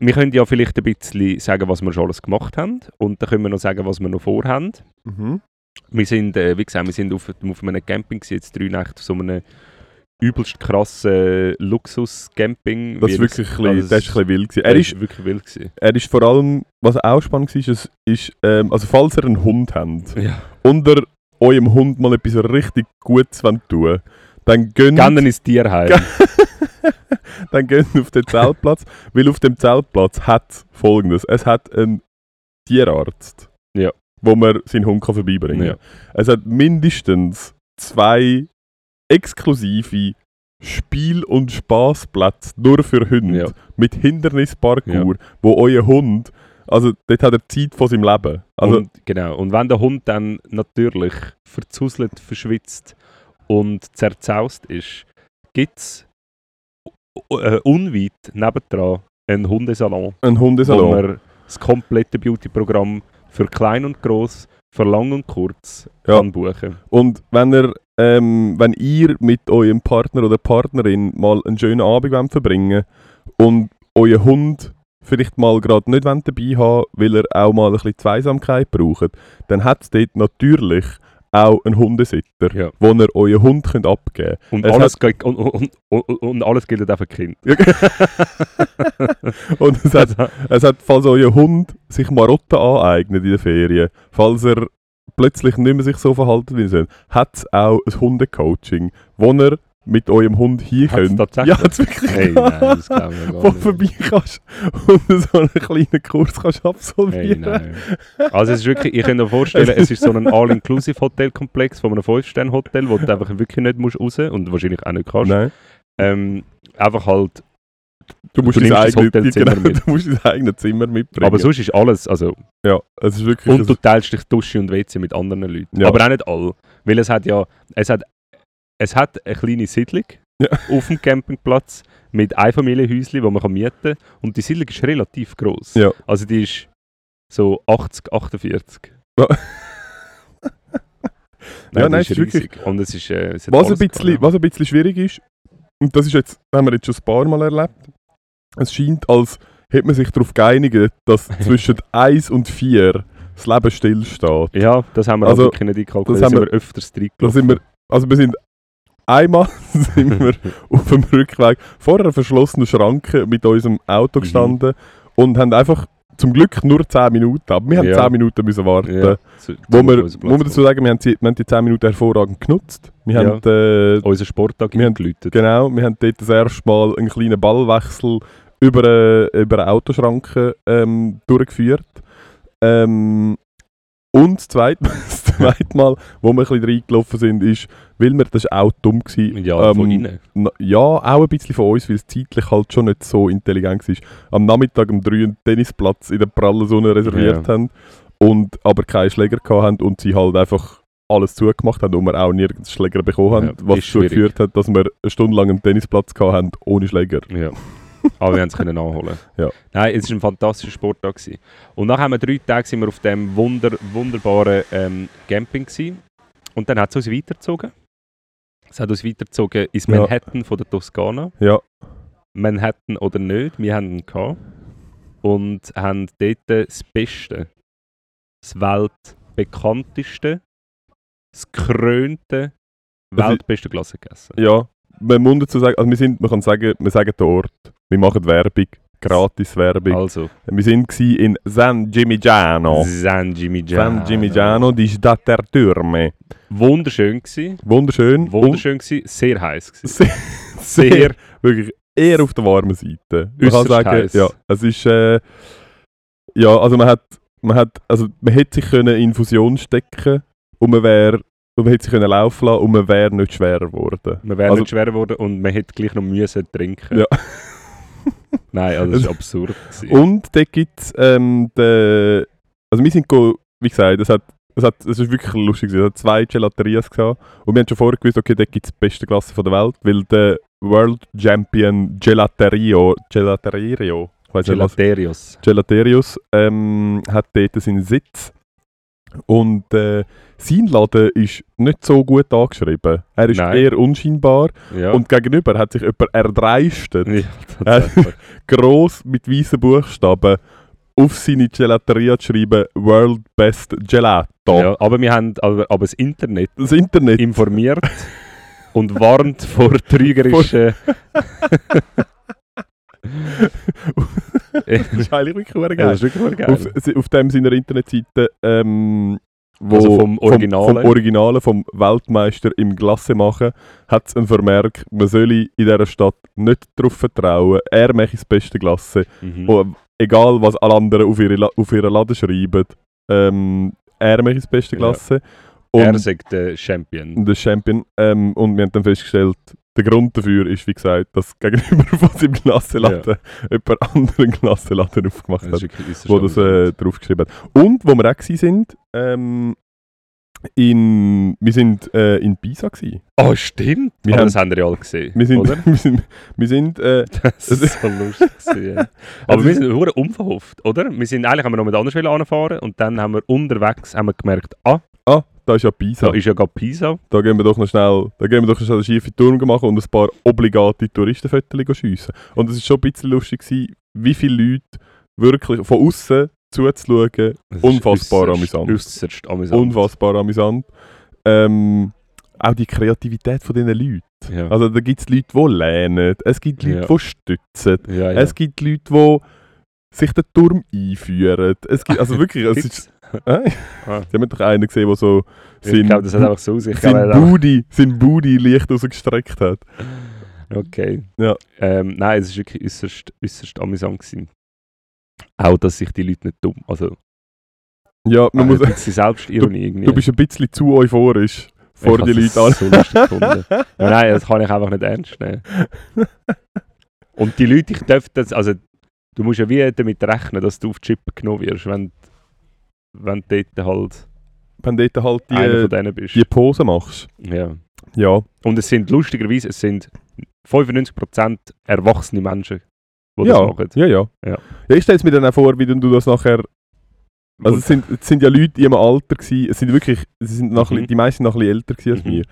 Speaker 1: wir können ja vielleicht ein bisschen sagen, was wir schon alles gemacht haben. Und dann können wir noch sagen, was wir noch vorhaben.
Speaker 2: Mhm.
Speaker 1: Wir sind, äh, wie gesagt, wir sind auf, auf einem Camping gewesen, jetzt drei Nächte auf so einem übelst krassen äh, Luxus-Camping.
Speaker 2: Das
Speaker 1: Wie
Speaker 2: ist wirklich ein bisschen,
Speaker 1: also es-
Speaker 2: das ist ein bisschen wild. Gewesen.
Speaker 1: der
Speaker 2: Er ist,
Speaker 1: wirklich wild gewesen.
Speaker 2: er ist vor allem, was auch spannend war, ist, ist ähm, also falls ihr einen Hund habt
Speaker 1: Ja.
Speaker 2: und ihr eurem Hund mal etwas richtig Gutes wollt tun dann gönnt
Speaker 1: Gerne ins Tierheim.
Speaker 2: Ge- dann gehen wir auf den Zeltplatz, weil auf dem Zeltplatz hat folgendes: Es hat einen Tierarzt,
Speaker 1: Ja.
Speaker 2: wo man seinen Hund kann vorbeibringen kann.
Speaker 1: Ja.
Speaker 2: Es hat mindestens zwei exklusive Spiel- und Spaßplätze nur für Hunde
Speaker 1: Ja.
Speaker 2: mit Hindernisparcours, wo euer Hund, also dort hat er die Zeit von seinem Leben. Also
Speaker 1: und, genau. und wenn der Hund dann natürlich verzuzelt, verschwitzt und zerzaust ist, gibt es äh, unweit nebendran einen Hundesalon,
Speaker 2: ein
Speaker 1: wo
Speaker 2: Hundesalon.
Speaker 1: man das komplette Beauty-Programm für klein und groß, für lang und kurz
Speaker 2: Ja.
Speaker 1: kann buchen.
Speaker 2: Und wenn ihr, ähm, wenn ihr mit eurem Partner oder Partnerin mal einen schönen Abend wollt verbringen und euren Hund vielleicht mal gerade nicht wollt dabei haben weil er auch mal ein bisschen Zweisamkeit braucht, dann hat es dort natürlich auch einen Hundesitter,
Speaker 1: Ja.
Speaker 2: wo ihr euren Hund könnt abgeben könnt.
Speaker 1: Und,
Speaker 2: Es
Speaker 1: alles, geht- und, und, und, und alles gilt auch für Kind.
Speaker 2: Und es hat, es hat, falls euer Hund sich Marotten aneignet in den Ferien, falls er plötzlich nicht mehr sich so verhalten wie er soll, hat es auch ein Hundecoaching, wo ihr mit eurem Hund hier
Speaker 1: Hat's
Speaker 2: könnt.
Speaker 1: tatsächlich?
Speaker 2: Ja, hat's wirklich.
Speaker 1: Hey, nein, das glaube ich
Speaker 2: wo
Speaker 1: gar
Speaker 2: du vorbei
Speaker 1: nicht.
Speaker 2: kannst und so einen kleinen Kurs kannst
Speaker 1: Hey,
Speaker 2: absolvieren.
Speaker 1: nein. Also es ist wirklich, ich kann mir vorstellen, es ist so ein All-Inclusive-Hotelkomplex von einem 5-Sterne-Hotel, wo du einfach wirklich nicht musst raus und wahrscheinlich auch nicht kannst.
Speaker 2: Nein.
Speaker 1: Ähm, einfach halt,
Speaker 2: Du musst,
Speaker 1: Du
Speaker 2: dein
Speaker 1: nimmst das
Speaker 2: eigenes,
Speaker 1: Hotelzimmer
Speaker 2: genau,
Speaker 1: mit.
Speaker 2: du musst dein eigenes Zimmer mitbringen.
Speaker 1: aber sonst ist alles, also,
Speaker 2: ja, es Genau. ist wirklich
Speaker 1: und du teilst dich Dusche und WC mit anderen Leuten.
Speaker 2: Ja.
Speaker 1: Aber auch nicht alle, weil es hat ja, es hat, es hat eine kleine Siedlung
Speaker 2: Ja.
Speaker 1: auf dem Campingplatz mit Einfamilienhäuschen, die man kann mieten kann und die Siedlung ist relativ gross.
Speaker 2: Ja.
Speaker 1: Also die ist so 80, 48.
Speaker 2: Ja, nein, es
Speaker 1: die
Speaker 2: ist
Speaker 1: riesig. Und es ist, äh, es hat
Speaker 2: was, ein
Speaker 1: alles
Speaker 2: bisschen,
Speaker 1: gehabt.
Speaker 2: was ein bisschen schwierig ist, und das ist jetzt, haben wir jetzt schon ein paar Mal erlebt, es scheint, als hätte man sich darauf geeinigt, dass zwischen 1 und 4 das Leben stillsteht.
Speaker 1: Ja, das haben wir
Speaker 2: Also,
Speaker 1: auch wirklich nicht einkalkuliert.
Speaker 2: das
Speaker 1: Da
Speaker 2: haben
Speaker 1: sind wir öfters drin
Speaker 2: Da sind wir, also wir sind einmal sind wir auf dem Rückweg vor einer verschlossenen Schranke mit unserem Auto
Speaker 1: Mhm.
Speaker 2: gestanden und haben einfach zum Glück nur 10 Minuten, aber wir haben
Speaker 1: Ja.
Speaker 2: 10 Minuten müssen warten.
Speaker 1: ja, zu,
Speaker 2: Wo
Speaker 1: zum
Speaker 2: wir,
Speaker 1: unseren
Speaker 2: muss man
Speaker 1: Platz
Speaker 2: dazu sagen, wir haben, die, wir haben die 10 Minuten hervorragend genutzt. Wir
Speaker 1: Ja.
Speaker 2: haben, äh,
Speaker 1: kommen. Unseren Sporttag
Speaker 2: Wir haben-
Speaker 1: eingeläutet.
Speaker 2: genau, wir haben dort das erste Mal einen kleinen Ballwechsel über eine, über eine Autoschranke ähm, durchgeführt. Ähm, Und das zweite, das zweite Mal, wo wir ein bisschen reingelaufen sind, ist, weil wir, das war auch dumm. Gewesen,
Speaker 1: Ja, von
Speaker 2: ähm,
Speaker 1: innen.
Speaker 2: na- ja, auch ein bisschen von uns, weil es zeitlich halt schon nicht so intelligent war. Am Nachmittag um 3 einen Tennisplatz in der prallen Sonne reserviert
Speaker 1: Ja.
Speaker 2: haben und aber keinen Schläger gehabt haben und sie halt einfach alles zugemacht haben und wir auch nirgends Schläger bekommen haben,
Speaker 1: Ja,
Speaker 2: was
Speaker 1: ist
Speaker 2: dazu
Speaker 1: schwierig.
Speaker 2: geführt hat, dass wir eine Stunde lang einen Tennisplatz gehabt haben ohne Schläger.
Speaker 1: Ja. Aber wir haben es können nachholen.
Speaker 2: Ja.
Speaker 1: Nein, es war ein fantastischer Sporttag. Gewesen. Und nachher haben wir drei Tage sind wir auf dem wunder, wunderbaren ähm, Camping gewesen. Und dann hat es uns weitergezogen. Es hat uns weitergezogen ins
Speaker 2: Ja.
Speaker 1: Manhattan von der Toskana.
Speaker 2: Ja.
Speaker 1: Manhattan oder nicht, wir haben ihn gehabt. Und haben dort das Beste, das weltbekannteste, das krönte
Speaker 2: Das ist-
Speaker 1: weltbeste Glas gegessen.
Speaker 2: Ja, man muss dazu sagen, also wir sind, man kann sagen, wir sagen den Ort, wir machen Werbung, gratis Werbung.
Speaker 1: Also,
Speaker 2: Wir sind gsi in San Gimignano.
Speaker 1: San Gimignano.
Speaker 2: San Gimignano, die Stadt der Türme.
Speaker 1: Wunderschön gsi,
Speaker 2: Wunderschön.
Speaker 1: wunderschön gsi, sehr heiß gsi.
Speaker 2: Sehr- Und sehr, wirklich eher auf der warmen Seite. Man kann
Speaker 1: Äusserst
Speaker 2: sagen,
Speaker 1: heiß.
Speaker 2: ja, es ist, äh, ja, also man hat, man hat, also man hätte sich können in Infusion stecken und man wäre, und man hätte sich können laufen lassen und man wäre nicht schwerer geworden.
Speaker 1: Man wäre
Speaker 2: Also-
Speaker 1: nicht schwer geworden und man hätte gleich noch müssen trinken.
Speaker 2: Ja.
Speaker 1: Nein, also das war absurd. gsi.
Speaker 2: Und dort gibt es ähm, den. Also wir sind, go, wie gesagt, es hat. Es, hat, es ist wirklich lustig. gewesen. Es hat zwei Gelaterias gehabt. Und wir haben schon vorher gewusst, okay, dort gibt es die beste Klasse von der Welt, weil der World Champion Gelaterio. Gelaterio. Ich
Speaker 1: Also
Speaker 2: weiß nicht, was.
Speaker 1: Gelaterios.
Speaker 2: Gelaterius ähm, hat dort seinen Sitz. Und äh, sein Laden ist nicht so gut angeschrieben. Er ist
Speaker 1: Nein.
Speaker 2: eher unscheinbar.
Speaker 1: Ja.
Speaker 2: Und Äh, gegenüber hat sich jemand erdreistet
Speaker 1: ja, tatsächlich.
Speaker 2: gross mit weißen Buchstaben auf seine Gelateria zu schreiben World Best Gelato.
Speaker 1: ja, aber wir haben aber, aber das Internet
Speaker 2: Das Internet.
Speaker 1: informiert und warnt vor trügerischen.
Speaker 2: das ist eigentlich wirklich verdammt
Speaker 1: Ja,
Speaker 2: geil.
Speaker 1: das ist wirklich geil.
Speaker 2: Auf, si- auf dem seiner Internetseite, ähm, wo
Speaker 1: Also vom Originalen?
Speaker 2: vom, vom Originalen, vom Weltmeister im Glasse machen, hat es einen Vermerk, man solle in dieser Stadt nicht darauf vertrauen, er mache das beste Glasse.
Speaker 1: Mhm.
Speaker 2: Und egal was alle anderen auf ihre, La- auf ihre Laden schreiben, ähm, er mache das beste
Speaker 1: Ja.
Speaker 2: Glasse.
Speaker 1: er sagt der Champion.
Speaker 2: der Champion. Ähm, und wir haben dann festgestellt, der Grund dafür ist, wie gesagt, dass gegenüber von seinem Glassenladen jemand anderen Glassenladen aufgemacht
Speaker 1: Das ist
Speaker 2: hat,
Speaker 1: wirklich äusserst
Speaker 2: wo das äh, draufgeschrieben hat. Und wo wir auch gewesen sind, ähm, in, wir sind äh, in Pisa gewesen.
Speaker 1: Oh, stimmt.
Speaker 2: Wir
Speaker 1: aber
Speaker 2: haben-
Speaker 1: das haben wir ja alle gesehen.
Speaker 2: Wir sind,
Speaker 1: oder?
Speaker 2: wir sind, wir sind äh,
Speaker 1: Das ist so lustig. gewesen, ja. Aber
Speaker 2: Also
Speaker 1: wir
Speaker 2: es-
Speaker 1: sind hure unverhofft, oder? Wir sind, eigentlich haben wir noch mit anders wollen anfahren und dann haben wir unterwegs haben wir gemerkt, ah,
Speaker 2: ah, da ist ja Pisa.
Speaker 1: da ist ja gerade Pisa.
Speaker 2: Da gehen wir doch noch schnell, da gehen wir doch noch schnell eine schiefe Turm machen und ein paar obligate Touristenfotos schiessen. Und es war schon ein bisschen lustig, gewesen, wie viele Leute wirklich von außen zuzuschauen.
Speaker 1: Das ist
Speaker 2: Unfassbar
Speaker 1: äusserst-
Speaker 2: amüsant.
Speaker 1: Äusserst amüsant.
Speaker 2: Unfassbar amüsant. Ähm, auch die Kreativität von diesen Leuten.
Speaker 1: Ja.
Speaker 2: Also da gibt es Leute, die lernen, es gibt Leute,
Speaker 1: Ja.
Speaker 2: die stützen,
Speaker 1: ja, ja.
Speaker 2: es gibt Leute, die sich den Turm einführen. Es gibt, also wirklich, es
Speaker 1: Gibt's?
Speaker 2: ist, äh,
Speaker 1: Ah.
Speaker 2: Sie haben doch einen gesehen, der so
Speaker 1: Ich
Speaker 2: seinen
Speaker 1: glaube, das hat einfach so aus. Ich glaube,
Speaker 2: sein
Speaker 1: er hat einfach-
Speaker 2: Booty, sein Booty leicht rausgestreckt hat.
Speaker 1: Okay.
Speaker 2: Ja.
Speaker 1: Ähm, nein, es war wirklich äußerst, äußerst amüsant. Gewesen. Auch, dass sich die Leute nicht dumm... Also,
Speaker 2: Ja, man muss,
Speaker 1: ein bisschen Selbstironie irgendwie.
Speaker 2: du bist ein bisschen zu euphorisch vor
Speaker 1: Ich
Speaker 2: die
Speaker 1: hab's
Speaker 2: Leute an.
Speaker 1: so lustig gefunden. ja, nein, das kann ich einfach nicht ernst nehmen. Und die Leute, ich darf das, also du musst ja wie damit rechnen, dass du auf die Chip genommen wirst, wenn, wenn du dort halt
Speaker 2: Wenn du dort halt
Speaker 1: einer von
Speaker 2: die,
Speaker 1: denen bist.
Speaker 2: die Pose machst.
Speaker 1: Ja.
Speaker 2: Ja.
Speaker 1: Und es sind lustigerweise, es sind 95% erwachsene Menschen, die
Speaker 2: ja.
Speaker 1: das machen.
Speaker 2: ja, ja.
Speaker 1: Ja.
Speaker 2: Ja, ich stelle es mir dann auch vor, wie du das nachher. Also, es sind, es sind ja Leute in ihrem Alter gewesen. Es sind wirklich, sie sind noch ein
Speaker 1: Mhm.
Speaker 2: bisschen- die meisten noch ein bisschen älter gewesen als
Speaker 1: Mhm.
Speaker 2: wir.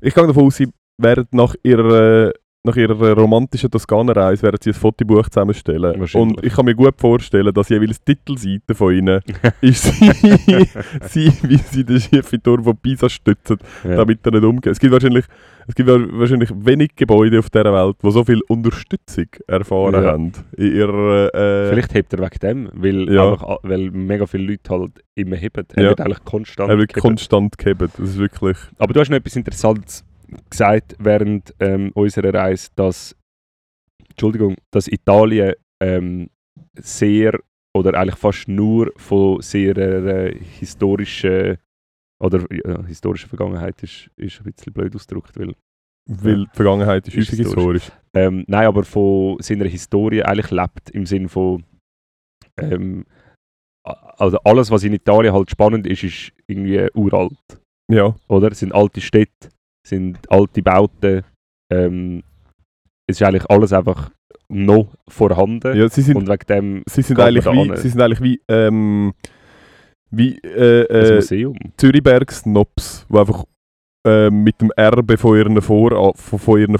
Speaker 2: Ich gehe davon aus, sie werden nach ihrer, nach ihrer romantischen Toskana-Reise werden sie ein Fotobuch zusammenstellen.
Speaker 1: Wahrscheinlich.
Speaker 2: Und ich kann mir gut vorstellen, dass jeweils die Titelseite von ihnen ist sie, sie, wie sie den schiefen Turm von Pisa stützen,
Speaker 1: Ja.
Speaker 2: damit er nicht umgeht. Es gibt wahrscheinlich, es gibt wa- wahrscheinlich wenig Gebäude auf dieser Welt, die so viel Unterstützung erfahren
Speaker 1: Ja.
Speaker 2: haben in ihrer... Äh,
Speaker 1: Vielleicht hebt er wegen dem, weil,
Speaker 2: Ja.
Speaker 1: einfach, weil mega viele Leute halt immer heben. Er
Speaker 2: Ja.
Speaker 1: wird eigentlich konstant
Speaker 2: äh, er wird
Speaker 1: gehebet.
Speaker 2: konstant gehalten. Das ist wirklich...
Speaker 1: Aber du hast noch etwas Interessantes gesagt während ähm, unserer Reise, dass, Entschuldigung, dass Italien ähm, sehr oder eigentlich fast nur von sehr äh, historischen oder ja, historische Vergangenheit ist, ist ein bisschen blöd ausgedrückt, weil
Speaker 2: Weil die Vergangenheit ist
Speaker 1: Ist
Speaker 2: häufig historisch.
Speaker 1: ähm, nein, aber von seiner Historie eigentlich lebt, im Sinne von ähm, a- also alles, was in Italien halt spannend ist, ist irgendwie uralt,
Speaker 2: Ja.
Speaker 1: oder? Es sind alte Städte, es sind alte Bauten, ähm, es ist eigentlich alles einfach noch vorhanden
Speaker 2: ja, sie sind,
Speaker 1: und wegen dem
Speaker 2: sie sind,
Speaker 1: geht man
Speaker 2: eigentlich
Speaker 1: da
Speaker 2: wie,
Speaker 1: an.
Speaker 2: sie sind eigentlich wie, ähm, wie
Speaker 1: das
Speaker 2: äh, äh,
Speaker 1: Museum.
Speaker 2: Zürichberg-Snobs, die einfach äh, mit dem Erbe von ihren, Vor von, von ihren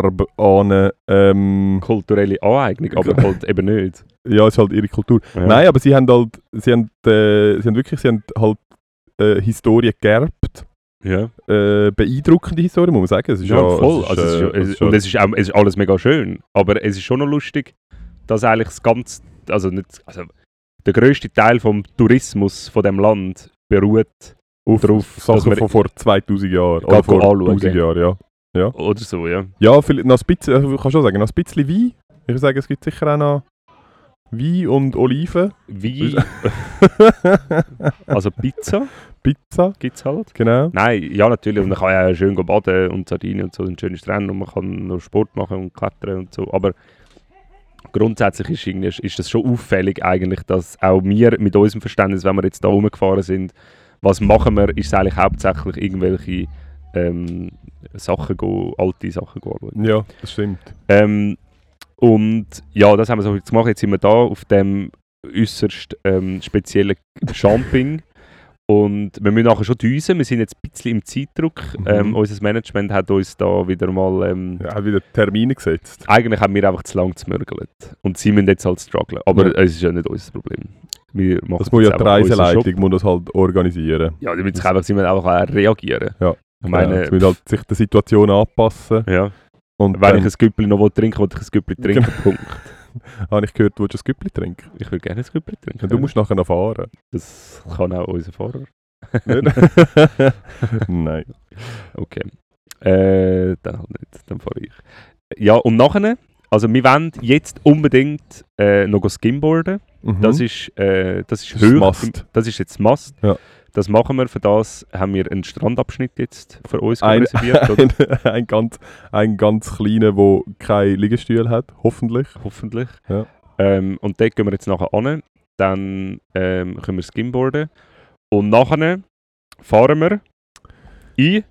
Speaker 2: Vorarbeiten ähm,
Speaker 1: Kulturelle Aneignung, aber halt eben nicht.
Speaker 2: ja, ist halt ihre Kultur.
Speaker 1: Ja.
Speaker 2: Nein, aber sie haben halt, sie haben, äh, sie haben wirklich, sie haben halt äh, Historie geerbt.
Speaker 1: Ja,
Speaker 2: Äh, beeindruckende Historie, muss man sagen. Es ist
Speaker 1: ja,
Speaker 2: ja,
Speaker 1: voll.
Speaker 2: Es
Speaker 1: Also es ist,
Speaker 2: äh,
Speaker 1: ja- es- und es ist, auch, es ist alles mega schön. Aber es ist schon noch lustig, dass eigentlich das ganze, also nicht, also der grösste Teil vom Tourismus von dem Land beruht
Speaker 2: auf,
Speaker 1: drauf, dass
Speaker 2: Sachen
Speaker 1: wir-
Speaker 2: von vor 2000 Jahren.
Speaker 1: Gehen
Speaker 2: Oder vor
Speaker 1: anschauen.
Speaker 2: 1000 Jahren, ja.
Speaker 1: oder so, ja.
Speaker 2: Ja, vielleicht noch ein bisschen, also ich kann schon sagen, noch ein bisschen Wein. Ich würde sagen, es gibt sicher auch noch Wein und Oliven.
Speaker 1: Wie, also Pizza
Speaker 2: Pizza,
Speaker 1: gibt es halt.
Speaker 2: genau.
Speaker 1: Nein, ja natürlich, und man kann ja schön gehen baden und Sardinien und so, ein schönes Strand und man kann noch Sport machen und klettern und so, aber grundsätzlich ist, irgendwie, ist das schon auffällig eigentlich, dass auch wir mit unserem Verständnis, wenn wir jetzt da rumgefahren sind, was machen wir, ist es eigentlich hauptsächlich irgendwelche ähm, Sachen, go, alte Sachen go anschauen.
Speaker 2: Ja, das stimmt.
Speaker 1: Ähm, und ja, das haben wir so jetzt gemacht. Jetzt sind wir da auf dem äußerst ähm, speziellen Champing. Und wir müssen nachher schon düsen. Wir sind jetzt ein bisschen im Zeitdruck.
Speaker 2: Mhm.
Speaker 1: Ähm, unser Management hat uns da wieder mal. Ähm,
Speaker 2: Ja, hat wieder Termine gesetzt.
Speaker 1: Eigentlich haben wir einfach zu lange gemürgelt. Und sie müssen jetzt halt strugglen. Aber
Speaker 2: Ja.
Speaker 1: es ist ja nicht unser Problem. Wir machen
Speaker 2: Das muss
Speaker 1: jetzt
Speaker 2: ja die
Speaker 1: einfach unseren Job.
Speaker 2: Reiseleitung muss das halt organisieren.
Speaker 1: Ja, damit sie einfach, sie müssen einfach reagieren.
Speaker 2: Ja.
Speaker 1: Ich
Speaker 2: ja,
Speaker 1: meine,
Speaker 2: sie müssen halt sich der Situation anpassen.
Speaker 1: ja.
Speaker 2: Und
Speaker 1: wenn ich
Speaker 2: dann,
Speaker 1: ein Güppli noch trinken will, will ich ein Güppli trinken. Punkt.
Speaker 2: habe ich gehört, du willst ein Güppli trinken.
Speaker 1: Ich würde gerne ein Güppli trinken.
Speaker 2: Und du musst nachher noch fahren.
Speaker 1: Das kann auch unser Fahrer.
Speaker 2: Nicht? Nein.
Speaker 1: Okay. Äh, dann halt nicht, dann fahre ich. Ja, und nachher, also wir wollen jetzt unbedingt äh, noch go skimboarden.
Speaker 2: Mhm.
Speaker 1: Das ist, äh, das ist
Speaker 2: Das ist
Speaker 1: hoch.
Speaker 2: Must.
Speaker 1: Das ist jetzt Must.
Speaker 2: Ja.
Speaker 1: Das machen wir, für das haben wir einen Strandabschnitt jetzt für uns
Speaker 2: Ein-
Speaker 1: reserviert. oder?
Speaker 2: ein, ein, ganz, ein ganz kleiner, der keinen Liegestuhl hat, hoffentlich.
Speaker 1: Hoffentlich.
Speaker 2: Ja.
Speaker 1: Ähm, und dort gehen wir jetzt nachher an. Dann ähm, können wir skimboarden. Und nachher fahren wir in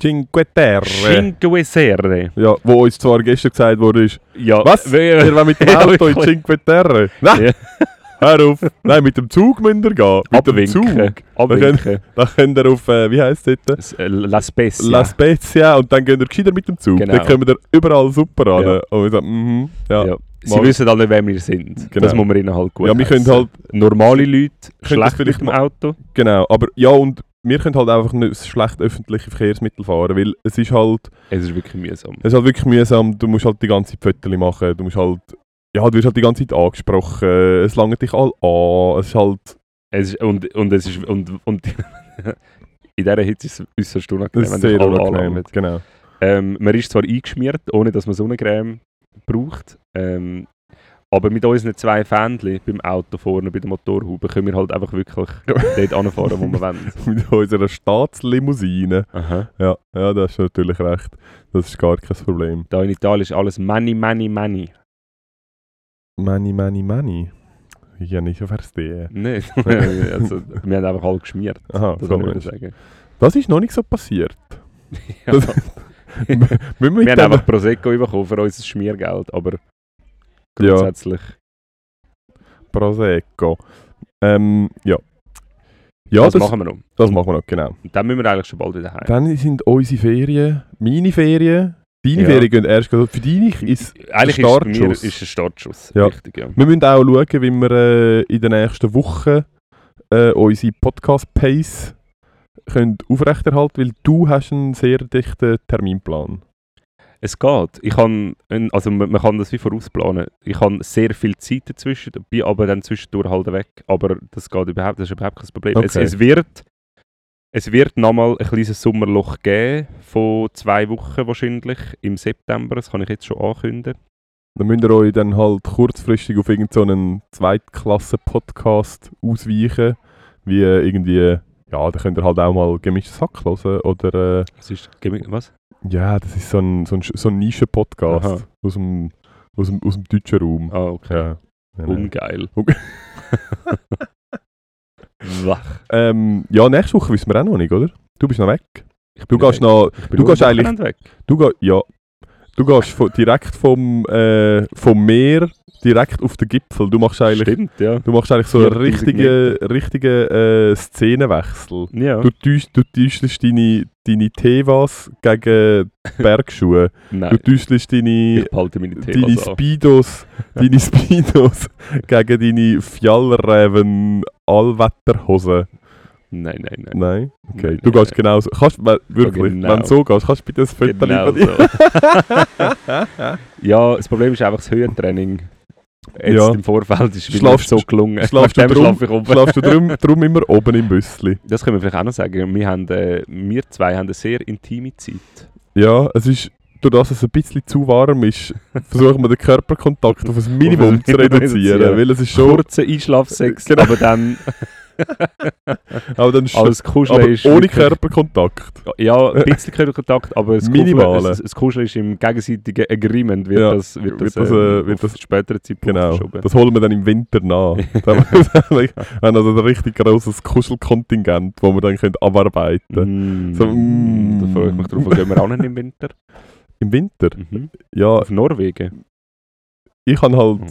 Speaker 2: Cinque Terre.
Speaker 1: Cinque Serre.
Speaker 2: ja, wo uns zwar gestern gesagt wurde, ist,
Speaker 1: Ja,
Speaker 2: Was?
Speaker 1: wir-
Speaker 2: wir wollen mit dem
Speaker 1: Ja,
Speaker 2: Auto in
Speaker 1: wirklich.
Speaker 2: Cinque Terre. Nein,
Speaker 1: Ja.
Speaker 2: hör auf. Nein, mit dem Zug müsst ihr gehen. Mit dem
Speaker 1: Abwinken.
Speaker 2: Zug.
Speaker 1: Abwinken.
Speaker 2: Dann könnt ihr auf, äh, wie heisst es dort?
Speaker 1: S- äh, La Spezia.
Speaker 2: La Spezia und dann gehen ihr gescheiter mit dem Zug.
Speaker 1: Genau.
Speaker 2: Dann kommen wir überall super an.
Speaker 1: Ja.
Speaker 2: Und ich sage, mhm, ja.
Speaker 1: Ja.
Speaker 2: Ja,
Speaker 1: Sie
Speaker 2: Mal-
Speaker 1: wissen alle, wer wir sind.
Speaker 2: Genau.
Speaker 1: Das muss man ihnen halt gut
Speaker 2: wir können
Speaker 1: heissen.
Speaker 2: halt,
Speaker 1: Normale Leute,
Speaker 2: das
Speaker 1: schlecht mit
Speaker 2: vielleicht
Speaker 1: dem
Speaker 2: mal-
Speaker 1: Auto.
Speaker 2: genau, aber ja und wir können halt einfach nicht schlecht öffentliche Verkehrsmittel fahren, weil es ist halt,
Speaker 1: Es ist wirklich mühsam.
Speaker 2: Es ist halt wirklich mühsam, du musst halt die ganze Zeit Fotos machen, du musst halt, ja, du wirst halt die ganze Zeit angesprochen, es langt dich all an, es ist halt,
Speaker 1: Es ist, und, und es ist... Und, und in dieser Hitze ist es äußerst unangenehm,
Speaker 2: es ist
Speaker 1: dich
Speaker 2: sehr
Speaker 1: alle
Speaker 2: unangenehm.
Speaker 1: anlangen.
Speaker 2: Genau.
Speaker 1: Ähm, man ist zwar eingeschmiert, ohne dass man Sonnencreme braucht, ähm, aber mit unseren zwei Fähnchen beim Auto vorne, bei der Motorhaube, können wir halt einfach wirklich dort anfahren, wo wir wollen.
Speaker 2: Mit unserer Staatslimousine.
Speaker 1: Aha.
Speaker 2: Ja, ja, das ist natürlich recht. Das ist gar kein Problem.
Speaker 1: Da in Italien ist alles many, many, many.
Speaker 2: Money, money, money. Ich kann nicht so verstehen.
Speaker 1: Nein, also, wir haben einfach alle geschmiert.
Speaker 2: Aha,
Speaker 1: Das
Speaker 2: so
Speaker 1: kann ich
Speaker 2: meinst du.
Speaker 1: sagen.
Speaker 2: Das ist noch nicht so passiert.
Speaker 1: Ja.
Speaker 2: Das- Müssen wir
Speaker 1: wir
Speaker 2: mit
Speaker 1: haben
Speaker 2: dem...
Speaker 1: einfach Prosecco bekommen für unser Schmiergeld, aber
Speaker 2: Ja,
Speaker 1: grundsätzlich.
Speaker 2: Prosecco. Ähm, ja. Ja, das,
Speaker 1: das, machen wir noch.
Speaker 2: das machen wir noch, genau.
Speaker 1: Und dann müssen wir eigentlich schon bald wieder heim.
Speaker 2: Dann sind unsere Ferien, meine Ferien, deine
Speaker 1: Ja.
Speaker 2: Ferien gehen erst gerade. Für dich ist...
Speaker 1: eigentlich ist, bei mir,
Speaker 2: Startschuss.
Speaker 1: ist ein Startschuss.
Speaker 2: Ja.
Speaker 1: Richtig, ja.
Speaker 2: Wir müssen auch schauen, wie wir äh, in den nächsten Wochen äh, unsere Podcast-Pace können aufrechterhalten weil du hast einen sehr dichten Terminplan.
Speaker 1: Es geht. Ich kann, ein- also man, man kann das wie vorausplanen. Ich habe sehr viel Zeit dazwischen, bin aber dann zwischendurch halt weg. Aber das geht überhaupt, das ist überhaupt kein Problem. Es,
Speaker 2: Okay.
Speaker 1: es wird, es wird nochmal ein kleines Sommerloch geben, von zwei Wochen wahrscheinlich, im September, das kann ich jetzt schon ankündigen.
Speaker 2: Dann müsst ihr euch dann halt kurzfristig auf irgendeinen so Zweitklasse-Podcast ausweichen. Wie äh, irgendwie, ja, da könnt ihr halt auch mal gemischtes Hack hören. Oder, äh,
Speaker 1: Was ist, was?
Speaker 2: ja, das ist so ein, so ein, so ein
Speaker 1: Aha.
Speaker 2: Nischen-Podcast aus dem, aus, dem, aus dem deutschen Raum.
Speaker 1: Ah, okay.
Speaker 2: Ja. Ja, nein.
Speaker 1: Ungeil.
Speaker 2: Okay.
Speaker 1: Wach.
Speaker 2: Ähm, ja, nächste Woche wissen wir auch noch nicht, oder? Du bist noch weg.
Speaker 1: Ich
Speaker 2: Du
Speaker 1: bin
Speaker 2: gehst
Speaker 1: weg.
Speaker 2: noch,
Speaker 1: Ich bin
Speaker 2: du gehst
Speaker 1: am
Speaker 2: eigentlich-
Speaker 1: Wochenende Weg.
Speaker 2: du gehst, ja, du gehst von, direkt vom, äh, vom Meer direkt auf den Gipfel. Du machst eigentlich,
Speaker 1: Stimmt, ja.
Speaker 2: du machst eigentlich so einen
Speaker 1: 4000
Speaker 2: richtigen, richtigen äh, Szenenwechsel.
Speaker 1: Ja.
Speaker 2: Du täuschst du täuschst deine, deine Tevas gegen Bergschuhe. Du
Speaker 1: Nein,
Speaker 2: täuschst deine,
Speaker 1: ich behalte meine
Speaker 2: deine
Speaker 1: Themen an.
Speaker 2: Speedos, deine Speedos gegen deine Fjallräven Allwetterhosen.
Speaker 1: Nein, nein, nein.
Speaker 2: Nein? Okay.
Speaker 1: Nein,
Speaker 2: Du
Speaker 1: nein,
Speaker 2: gehst genauso. Kannst, we- wirklich,
Speaker 1: Genau.
Speaker 2: wenn du so gehst, kannst du bitte ein Foto
Speaker 1: Genau
Speaker 2: von dir.
Speaker 1: so. ja, das Problem ist einfach das Höhentraining. Jetzt
Speaker 2: Ja.
Speaker 1: im Vorfeld ist es
Speaker 2: Schlafst-
Speaker 1: so gelungen.
Speaker 2: schlafst
Speaker 1: Wegen
Speaker 2: du
Speaker 1: dem
Speaker 2: drum?
Speaker 1: schlafe ich oben.
Speaker 2: Schlafst du drum, drum immer oben im Büssli.
Speaker 1: Das können wir vielleicht auch noch sagen. Wir, haben, äh, wir zwei haben eine sehr intime Zeit.
Speaker 2: Ja, es ist, durch das es ein bisschen zu warm ist, versuchen wir den Körperkontakt auf ein Minimum zu reduzieren.
Speaker 1: reduzieren.
Speaker 2: Weil es ist schon,
Speaker 1: Kurzer Einschlafsex,
Speaker 2: Genau.
Speaker 1: aber dann
Speaker 2: aber dann schon,
Speaker 1: alles Kuscheln
Speaker 2: aber
Speaker 1: ist...
Speaker 2: ohne
Speaker 1: wirklich-
Speaker 2: Körperkontakt.
Speaker 1: Ja,
Speaker 2: Äh,
Speaker 1: ein bisschen Körperkontakt, aber das
Speaker 2: Minimale.
Speaker 1: Kuscheln, das, das Kuscheln ist im gegenseitigen Agreement, wird
Speaker 2: Ja,
Speaker 1: das, wird das, ähm,
Speaker 2: wird das, äh, wird
Speaker 1: auf
Speaker 2: das-
Speaker 1: späteren Zeitpunkt
Speaker 2: Genau,
Speaker 1: verschoben.
Speaker 2: das holen wir dann im Winter nach. Dann haben wir dann also ein richtig grosses Kuschelkontingent, das wir dann können abarbeiten können.
Speaker 1: Mm,
Speaker 2: äh, So, mm.
Speaker 1: Da freue ich mich drauf. Wo Gehen wir auch nicht im Winter?
Speaker 2: Im Winter?
Speaker 1: Mhm.
Speaker 2: Ja,
Speaker 1: Auf Norwegen?
Speaker 2: ich habe halt
Speaker 1: Mhm.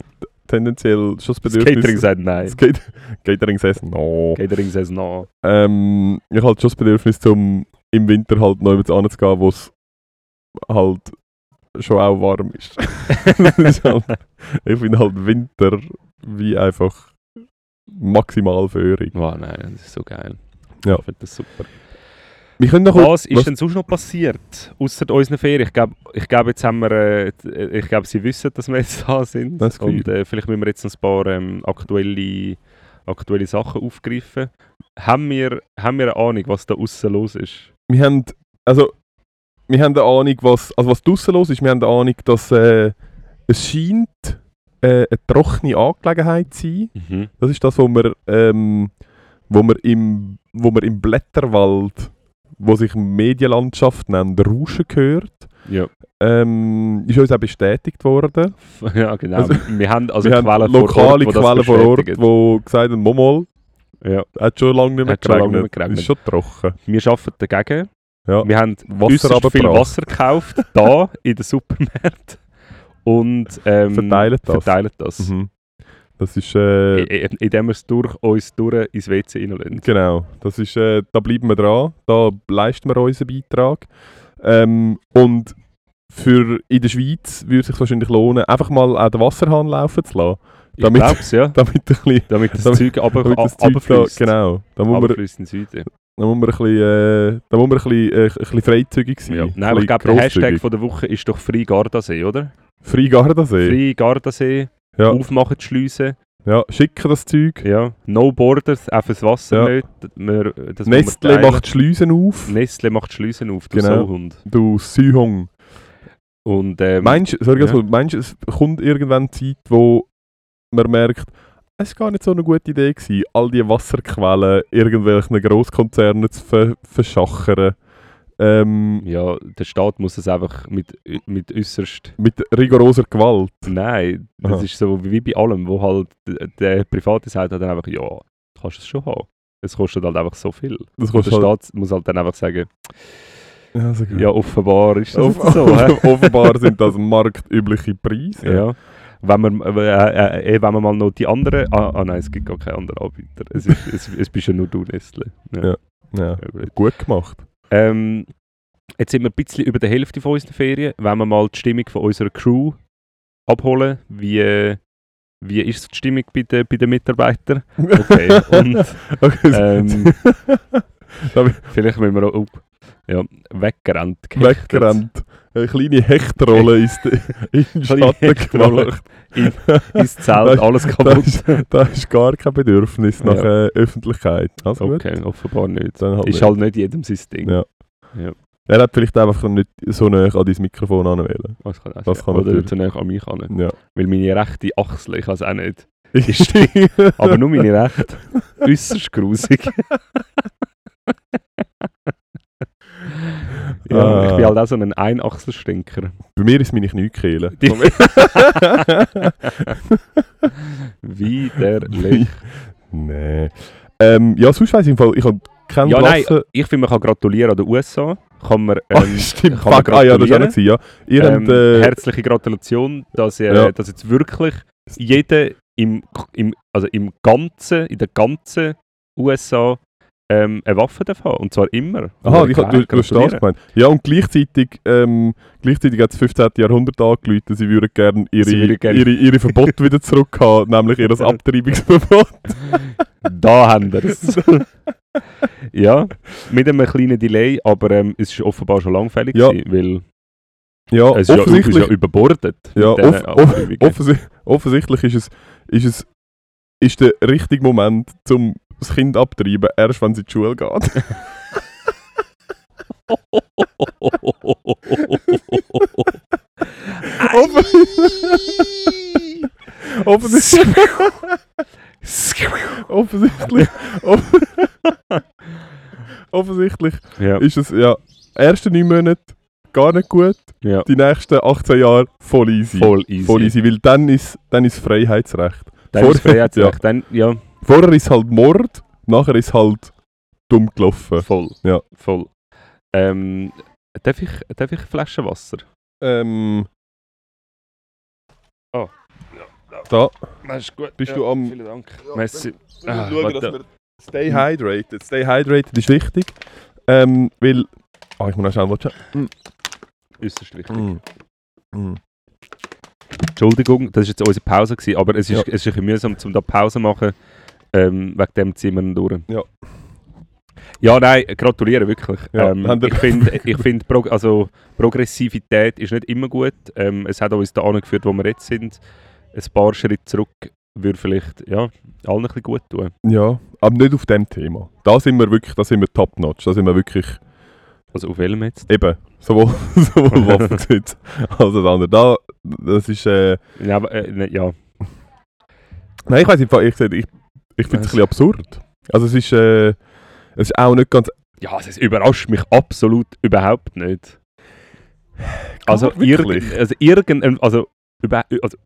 Speaker 2: tendenziell schon das
Speaker 1: Das
Speaker 2: Bedürfnis...
Speaker 1: Catering sagt nein.
Speaker 2: Skate Catering says no.
Speaker 1: Catering sagt nein.
Speaker 2: Ähm, ich habe schon das Bedürfnis, zum im Winter halt noch jemand anzugehen, wo es halt schon auch warm ist. Das ist halt, ich finde halt Winter wie einfach maximal föhrig.
Speaker 1: Wow, nein, das ist so geil.
Speaker 2: Ja.
Speaker 1: Ich finde das super.
Speaker 2: Wir können noch kurz-
Speaker 1: Was ist denn sonst noch passiert, außer unseren Ferien? Ich glaube, ich glaub, jetzt haben wir, äh, t- äh, ich glaube, sie wissen, dass wir jetzt da sind.
Speaker 2: Das ist
Speaker 1: Und äh, vielleicht müssen wir jetzt noch ein paar ähm, aktuelle, aktuelle Sachen aufgreifen. Haben wir, haben wir eine Ahnung, was da außen los ist?
Speaker 2: wir haben also wir haben eine Ahnung, was also was draußen los ist. Wir haben eine Ahnung, dass äh, es scheint äh, eine trockene Angelegenheit zu sein. Das ist das, wo wir, ähm, wo wir, im, wo wir im Blätterwald, wo sich Medienlandschaft nennt, Rauschen gehört.
Speaker 1: Ja.
Speaker 2: Ähm, ist uns auch bestätigt worden.
Speaker 1: ja, genau.
Speaker 2: Also-
Speaker 1: wir haben also
Speaker 2: wir haben
Speaker 1: Quellen
Speaker 2: lokale
Speaker 1: vor Ort, die das
Speaker 2: Quellen vor Ort,
Speaker 1: bestätigen.
Speaker 2: die gesagt haben, Momol,
Speaker 1: Ja.
Speaker 2: hat schon lange nicht mehr
Speaker 1: Hat schon lange
Speaker 2: geregnet.
Speaker 1: nicht mehr geregnet.
Speaker 2: Ist schon trocken.
Speaker 1: Wir arbeiten dagegen.
Speaker 2: Ja.
Speaker 1: Wir haben
Speaker 2: Wasser
Speaker 1: äußerst viel
Speaker 2: runtergebracht.
Speaker 1: Wasser gekauft, da in den Supermärkten. Und ähm,
Speaker 2: Verteilen das.
Speaker 1: Verteilen das.
Speaker 2: Mhm. Das ist, äh,
Speaker 1: I- i- Indem wir es durch uns durch ins WC reinlassen.
Speaker 2: genau, das ist, äh, da bleiben wir dran, da leisten wir unseren Beitrag. Ähm, und für in der Schweiz würde es sich wahrscheinlich lohnen, einfach mal auch den Wasserhahn laufen zu lassen.
Speaker 1: Ich
Speaker 2: Damit-
Speaker 1: glaube es, ja.
Speaker 2: damit ein bisschen,
Speaker 1: Damit das
Speaker 2: damit-
Speaker 1: Zeug aber
Speaker 2: damit das Zeug da, genau, da muss, man,
Speaker 1: in den Süden.
Speaker 2: da muss man ein bisschen, äh, da muss man ein bisschen, äh, ein bisschen freizügig sein.
Speaker 1: Ja.
Speaker 2: Ein
Speaker 1: Nein, aber ich
Speaker 2: bisschen
Speaker 1: glaube, der Hashtag
Speaker 2: grosszügig.
Speaker 1: von der Woche ist doch Free Gardasee, oder?
Speaker 2: Frei Gardasee.
Speaker 1: Free Gardasee,
Speaker 2: Ja.
Speaker 1: aufmachen, die Schleusen.
Speaker 2: Ja, schicken das Zeug.
Speaker 1: Ja. No Borders, auch fürs Wasser
Speaker 2: Ja.
Speaker 1: nicht. Wir, das muss man
Speaker 2: Nestle
Speaker 1: teilen. Ne-
Speaker 2: macht die Schleusen auf.
Speaker 1: Nestle macht die Schleusen auf, du
Speaker 2: Genau.
Speaker 1: Sauhund.
Speaker 2: Du Sühung.
Speaker 1: Und ähm,
Speaker 2: Meinst, sorry,
Speaker 1: ja.
Speaker 2: also, meinst du, es kommt irgendwann die Zeit, wo man merkt, es war gar nicht so eine gute Idee, gewesen, all die Wasserquellen irgendwelchen Grosskonzernen zu ver verschachern. Ähm,
Speaker 1: ja, der Staat muss es einfach mit, mit äußerst
Speaker 2: mit rigoroser Gewalt.
Speaker 1: Nein, das
Speaker 2: Aha.
Speaker 1: ist so wie bei allem, wo halt d- der Private sagt halt dann einfach, ja, du kannst es schon haben. Es kostet halt einfach so viel.
Speaker 2: Das
Speaker 1: Und
Speaker 2: kannst
Speaker 1: der
Speaker 2: du halt-
Speaker 1: Staat muss halt dann einfach sagen,
Speaker 2: Ja, Also so gut.
Speaker 1: ja, offenbar ist das
Speaker 2: Off
Speaker 1: jetzt so. hä?
Speaker 2: offenbar sind das marktübliche Preise.
Speaker 1: ja. Wenn man, äh, äh, eh, wenn man mal noch die anderen. Ah, ah nein, es gibt gar keinen anderen Anbieter. Es, ist, es, es bist ja nur du, Nestle.
Speaker 2: Ja. Ja,
Speaker 1: Ja, blöd.
Speaker 2: gut gemacht.
Speaker 1: Ähm, jetzt sind wir ein bisschen über der Hälfte von unseren Ferien. Wenn wir mal die Stimmung von unserer Crew abholen, wie, wie ist die Stimmung bei den, bei den Mitarbeitern? Okay, und
Speaker 2: Okay, so-
Speaker 1: ähm,
Speaker 2: Da bin
Speaker 1: vielleicht müssen wir auch oh, ja, weggerannt.
Speaker 2: ich weggerannt. Eine kleine Hechtrolle ist in den
Speaker 1: Kleine
Speaker 2: Schatten
Speaker 1: Hechtrolle.
Speaker 2: gemacht.
Speaker 1: In- Ins Zelt, alles
Speaker 2: Da
Speaker 1: kaputt.
Speaker 2: ist, da ist gar kein Bedürfnis nach äh, Öffentlichkeit. Also gut,
Speaker 1: Okay, offenbar nicht.
Speaker 2: dann halt
Speaker 1: Ist
Speaker 2: nicht.
Speaker 1: halt nicht jedem sein Ding.
Speaker 2: Ja. Er hat vielleicht einfach nicht so nah an dein Mikrofon anwählen.
Speaker 1: Was kann das
Speaker 2: Das
Speaker 1: sein?
Speaker 2: kann
Speaker 1: Oder
Speaker 2: natürlich.
Speaker 1: nicht so nah an mich hin.
Speaker 2: Ja.
Speaker 1: Weil meine rechte Achsel, ich kann es auch nicht.
Speaker 2: Stimmt.
Speaker 1: Aber nur meine rechte. Äußerst grusig. ja,
Speaker 2: Ah.
Speaker 1: ich bin halt auch so ein Einachselstinker.
Speaker 2: Bei mir ist meine Kniekehle.
Speaker 1: Die- Widerlich.
Speaker 2: nee. Ähm, ja, sonst weiss ich im Fall, ich habe keine
Speaker 1: Ja, nein,
Speaker 2: Klasse.
Speaker 1: Ich finde, man kann gratulieren an den USA. Kann man,
Speaker 2: Ah,
Speaker 1: ähm,
Speaker 2: stimmt,
Speaker 1: kann man
Speaker 2: fuck, ah ja, das war auch
Speaker 1: gratulieren.
Speaker 2: noch, gewesen, ja. Ihr
Speaker 1: ähm,
Speaker 2: habt, äh,
Speaker 1: herzliche Gratulation, dass, ihr, äh,
Speaker 2: Ja.
Speaker 1: dass jetzt wirklich jeder im, im, also im ganzen, in der ganzen USA ähm, eine Waffe darf haben. Und zwar immer. Also
Speaker 2: aha,
Speaker 1: Würde
Speaker 2: ich hab, du, du hast das
Speaker 1: gratulieren.
Speaker 2: gemeint. Ja, und gleichzeitig, ähm, gleichzeitig hat das 15. Jahrhundert angeläutet, sie würden gerne ihre,
Speaker 1: Sie würden gern-
Speaker 2: ihre, ihre Verbot wieder zurückhaben, nämlich ihr das Abtreibungsverbot.
Speaker 1: Da haben wir es. ja, mit einem kleinen Delay, aber ähm, es ist offenbar schon langfällig,
Speaker 2: Ja.
Speaker 1: gewesen, weil
Speaker 2: Ja,
Speaker 1: es ist ja, es ist ja
Speaker 2: offensichtlich,
Speaker 1: überbordet. mit
Speaker 2: Ja,
Speaker 1: diesen
Speaker 2: off- off-
Speaker 1: Abtreibungen.
Speaker 2: offensi offensichtlich ist es, ist es ist der richtige Moment, um das Kind abtreiben, erst wenn sie in die Schule geht. Offen- Offensichtlich. Offensichtlich. off- Offensichtlich
Speaker 1: ja,
Speaker 2: ist es ja ersten neun Monate gar nicht gut,
Speaker 1: ja,
Speaker 2: die nächsten 18 Jahre voll easy.
Speaker 1: voll easy.
Speaker 2: Voll easy, weil dann ist, dann ist Freiheitsrecht.
Speaker 1: Dann ist
Speaker 2: Vorher-
Speaker 1: Freiheitsrecht. Dann, ja,
Speaker 2: Vorher ist halt Mord, nachher ist halt dumm gelaufen.
Speaker 1: voll.
Speaker 2: Ja.
Speaker 1: voll. Ähm, darf, ich, darf ich Flaschenwasser?
Speaker 2: Ähm.
Speaker 1: Ah.
Speaker 2: Da
Speaker 1: Das ist gut.
Speaker 2: bist du am.
Speaker 1: Vielen Dank. Merci.
Speaker 2: Wir müssen
Speaker 1: Ah,
Speaker 2: schauen,
Speaker 1: warte.
Speaker 2: dass wir stay hydrated. Stay hydrated ist wichtig. Ähm, weil. Ah, ich muss noch schnell watchen.
Speaker 1: Äußerst wichtig.
Speaker 2: Mm.
Speaker 1: Entschuldigung, das war jetzt unsere Pause, gewesen, aber es ist,
Speaker 2: Ja.
Speaker 1: es ist ein bisschen mühsam, um da Pause zu machen. Ähm, wegen dem ziehen wir ihn durch.
Speaker 2: Ja.
Speaker 1: Ja, nein, gratuliere wirklich.
Speaker 2: Ja,
Speaker 1: ähm,
Speaker 2: haben wir-
Speaker 1: ich finde, ich find, Prog also, Progressivität ist nicht immer gut. Ähm, es hat uns da angeführt, wo wir jetzt sind. Ein paar Schritte zurück würde vielleicht ja, allen ein bisschen gut tun.
Speaker 2: Ja, aber nicht auf dem Thema. Da sind wir wirklich, da sind wir top notch. Da sind wir wirklich
Speaker 1: Also auf welchem jetzt?
Speaker 2: eben sowohl, sowohl Waffengesetz als das andere. Da, das ist. Äh,
Speaker 1: Ja, aber, äh, ne- ja.
Speaker 2: Nein, ich weiß nicht, ich, ich, ich finde es ein bisschen absurd. Also es ist, äh, es ist auch nicht ganz...
Speaker 1: ja, es überrascht mich absolut überhaupt nicht. Also,
Speaker 2: wirklich?
Speaker 1: irgend, also irgendein, also, über, also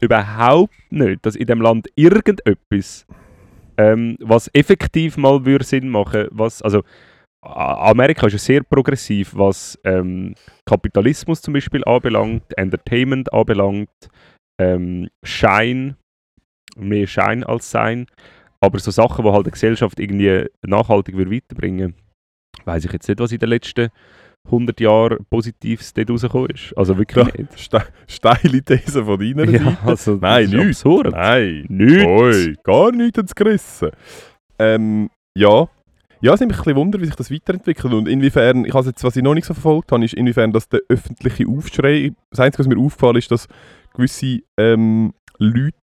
Speaker 1: überhaupt nicht, dass in dem Land irgendetwas, ähm, was effektiv mal würde Sinn machen, was, also A- Amerika ist ja sehr progressiv, was ähm, Kapitalismus zum Beispiel anbelangt, Entertainment anbelangt, ähm, Schein, mehr Schein als Sein, aber so Sachen, die halt die Gesellschaft irgendwie nachhaltig würde weiterbringen, weiß ich jetzt nicht, was in den letzten 100 Jahren Positives dort rausgekommen ist. Also wirklich
Speaker 2: Ja,
Speaker 1: nicht.
Speaker 2: ste steile These von deiner
Speaker 1: Ja,
Speaker 2: Seite.
Speaker 1: also,
Speaker 2: Nein,
Speaker 1: das ist
Speaker 2: nichts.
Speaker 1: absurd.
Speaker 2: Nein.
Speaker 1: Nichts.
Speaker 2: Oi, gar nichts hat's gerissen. Ähm, ja. Ja, es ist mich ein bisschen Wunder, wie sich das weiterentwickelt und inwiefern, ich habe jetzt, was ich noch nicht so verfolgt habe, ist inwiefern, dass der öffentliche Aufschrei, das Einzige, was mir aufgefallen ist, dass gewisse ähm, Leute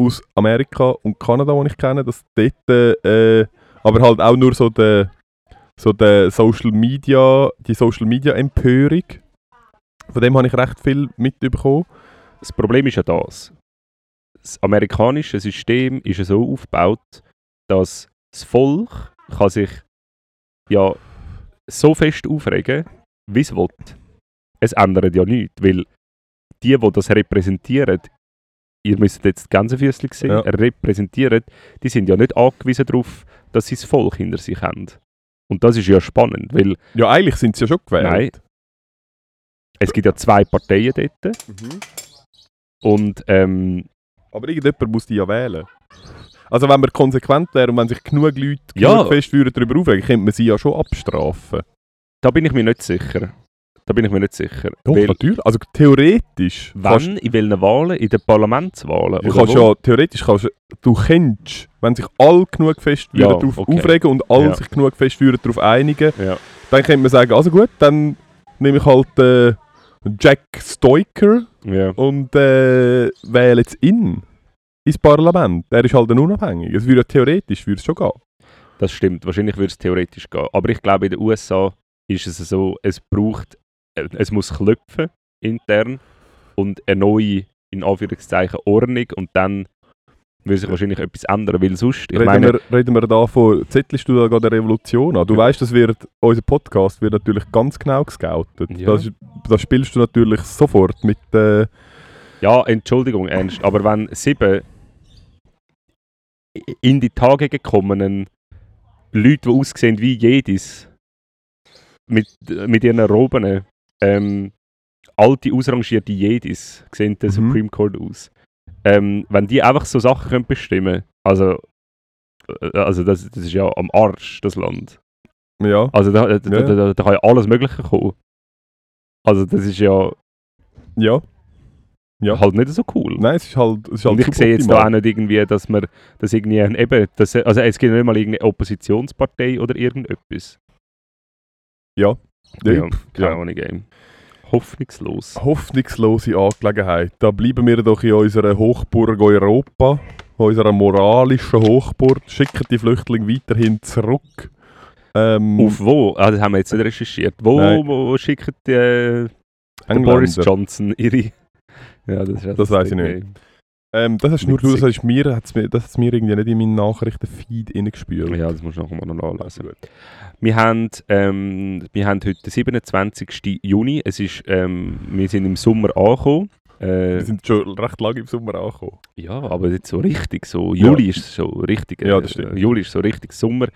Speaker 2: aus Amerika und Kanada, die ich kenne, dass dort, äh, aber halt auch nur so der, so der Social Media, die Social Media Empörung, von dem habe ich recht viel mitbekommen.
Speaker 1: Das Problem ist ja das. Das amerikanische System ist ja so aufgebaut, dass das Volk kann sich ja so fest aufregen, wie es will. Es ändert ja nichts, weil die, die das repräsentieren, ihr müsst jetzt die Gänsefüßchen sehen,
Speaker 2: Ja.
Speaker 1: repräsentieren, die sind ja nicht angewiesen darauf, dass sie das Volk hinter sich haben. Und das ist ja spannend, weil
Speaker 2: Ja, eigentlich sind sie ja schon gewählt.
Speaker 1: Nein. es gibt ja zwei Parteien dort und ähm,
Speaker 2: Aber irgendjemand muss die ja wählen. Also wenn wir konsequent wären und wenn sich genug Leute
Speaker 1: Ja.
Speaker 2: genug fest würden darüber aufregen, könnte man sie ja schon abstrafen.
Speaker 1: Da bin ich mir nicht sicher. Da bin ich mir nicht sicher. Weil,
Speaker 2: natürlich. Also theoretisch. kannst-
Speaker 1: wann, in welchen Wahlen? In den Parlamentswahlen?
Speaker 2: Du
Speaker 1: oder
Speaker 2: kannst
Speaker 1: wo?
Speaker 2: ja, theoretisch kannst du- du kennst, wenn sich alle genug fest
Speaker 1: Ja,
Speaker 2: würden darauf
Speaker 1: okay.
Speaker 2: aufregen und alle
Speaker 1: Ja.
Speaker 2: sich genug fest würden darauf einigen,
Speaker 1: Ja.
Speaker 2: dann könnte man sagen, also gut, dann nehme ich halt äh, Jack Stoiker
Speaker 1: ja.
Speaker 2: und äh, wähle jetzt ihn ins Parlament. Er ist halt ein unabhängig. Es würde ja theoretisch würde es schon gehen.
Speaker 1: Das stimmt. Wahrscheinlich würde es theoretisch gehen. Aber ich glaube, in den USA ist es so, es braucht, äh, es muss klopfen intern und eine neue, in Anführungszeichen, Ordnung und dann will sich wahrscheinlich etwas ändern, weil sonst, ich
Speaker 2: reden,
Speaker 1: meine,
Speaker 2: wir, reden wir da von, zettelst du da gerade eine Revolution an? Du weißt, das wird, unser Podcast wird natürlich ganz genau gescoutet.
Speaker 1: Ja.
Speaker 2: Das, das spielst du natürlich sofort mit, äh,
Speaker 1: ja, Entschuldigung, Ernst, aber wenn sieben in die Tage gekommenen Leute, die aussehen wie Jedis, mit, mit ihren Roben, ähm, alte, ausrangierte Jedis, sehen der
Speaker 2: Mhm.
Speaker 1: Supreme Court aus. Ähm, wenn die einfach so Sachen können bestimmen also, äh, also das, das ist ja am Arsch, das Land.
Speaker 2: ja.
Speaker 1: Also da, da,
Speaker 2: Ja.
Speaker 1: da, da, da kann ja alles Mögliche kommen. Also das ist ja,
Speaker 2: Ja. Ja.
Speaker 1: halt nicht so cool.
Speaker 2: Nein, es ist halt, es ist halt
Speaker 1: Und ich sehe jetzt da auch
Speaker 2: suboptimal.
Speaker 1: nicht irgendwie, dass man dass irgendwie ein- eben, dass, also es gibt nicht mal irgendeine Oppositionspartei oder irgendetwas.
Speaker 2: Ja.
Speaker 1: keine
Speaker 2: ja.
Speaker 1: Ahnung. Game. Hoffnungslos.
Speaker 2: Hoffnungslose Angelegenheit. Da bleiben wir doch in unserer Hochburg Europa, unserer moralischen Hochburg. Schicken die Flüchtlinge weiterhin zurück. Ähm,
Speaker 1: Auf wo? Ah, das haben wir jetzt nicht recherchiert. Wo,
Speaker 2: Nein.
Speaker 1: wo, wo schickt äh, der
Speaker 2: Engländer.
Speaker 1: Boris Johnson ihre... Ja, das, ist ja
Speaker 2: Das weiss ich
Speaker 1: Ding,
Speaker 2: Ähm, das hast nur du,
Speaker 1: Witzig.
Speaker 2: das hast mir, hat's mir, das hat's mir irgendwie nicht in meinen Nachrichtenfeed
Speaker 1: ey.
Speaker 2: reingespürt.
Speaker 1: Ja, also das musst du nachher mal noch nachlesen.
Speaker 2: Gut.
Speaker 1: Wir haben, ähm, wir haben heute den 27. Juni. Es ist, ähm, wir sind im Sommer angekommen. Äh,
Speaker 2: Wir sind schon recht lange im Sommer angekommen.
Speaker 1: Ja, aber jetzt so richtig so. Juli
Speaker 2: Ja.
Speaker 1: ist so richtig.
Speaker 2: Ja, das
Speaker 1: äh,
Speaker 2: stimmt.
Speaker 1: Juli ist so richtig Sommer.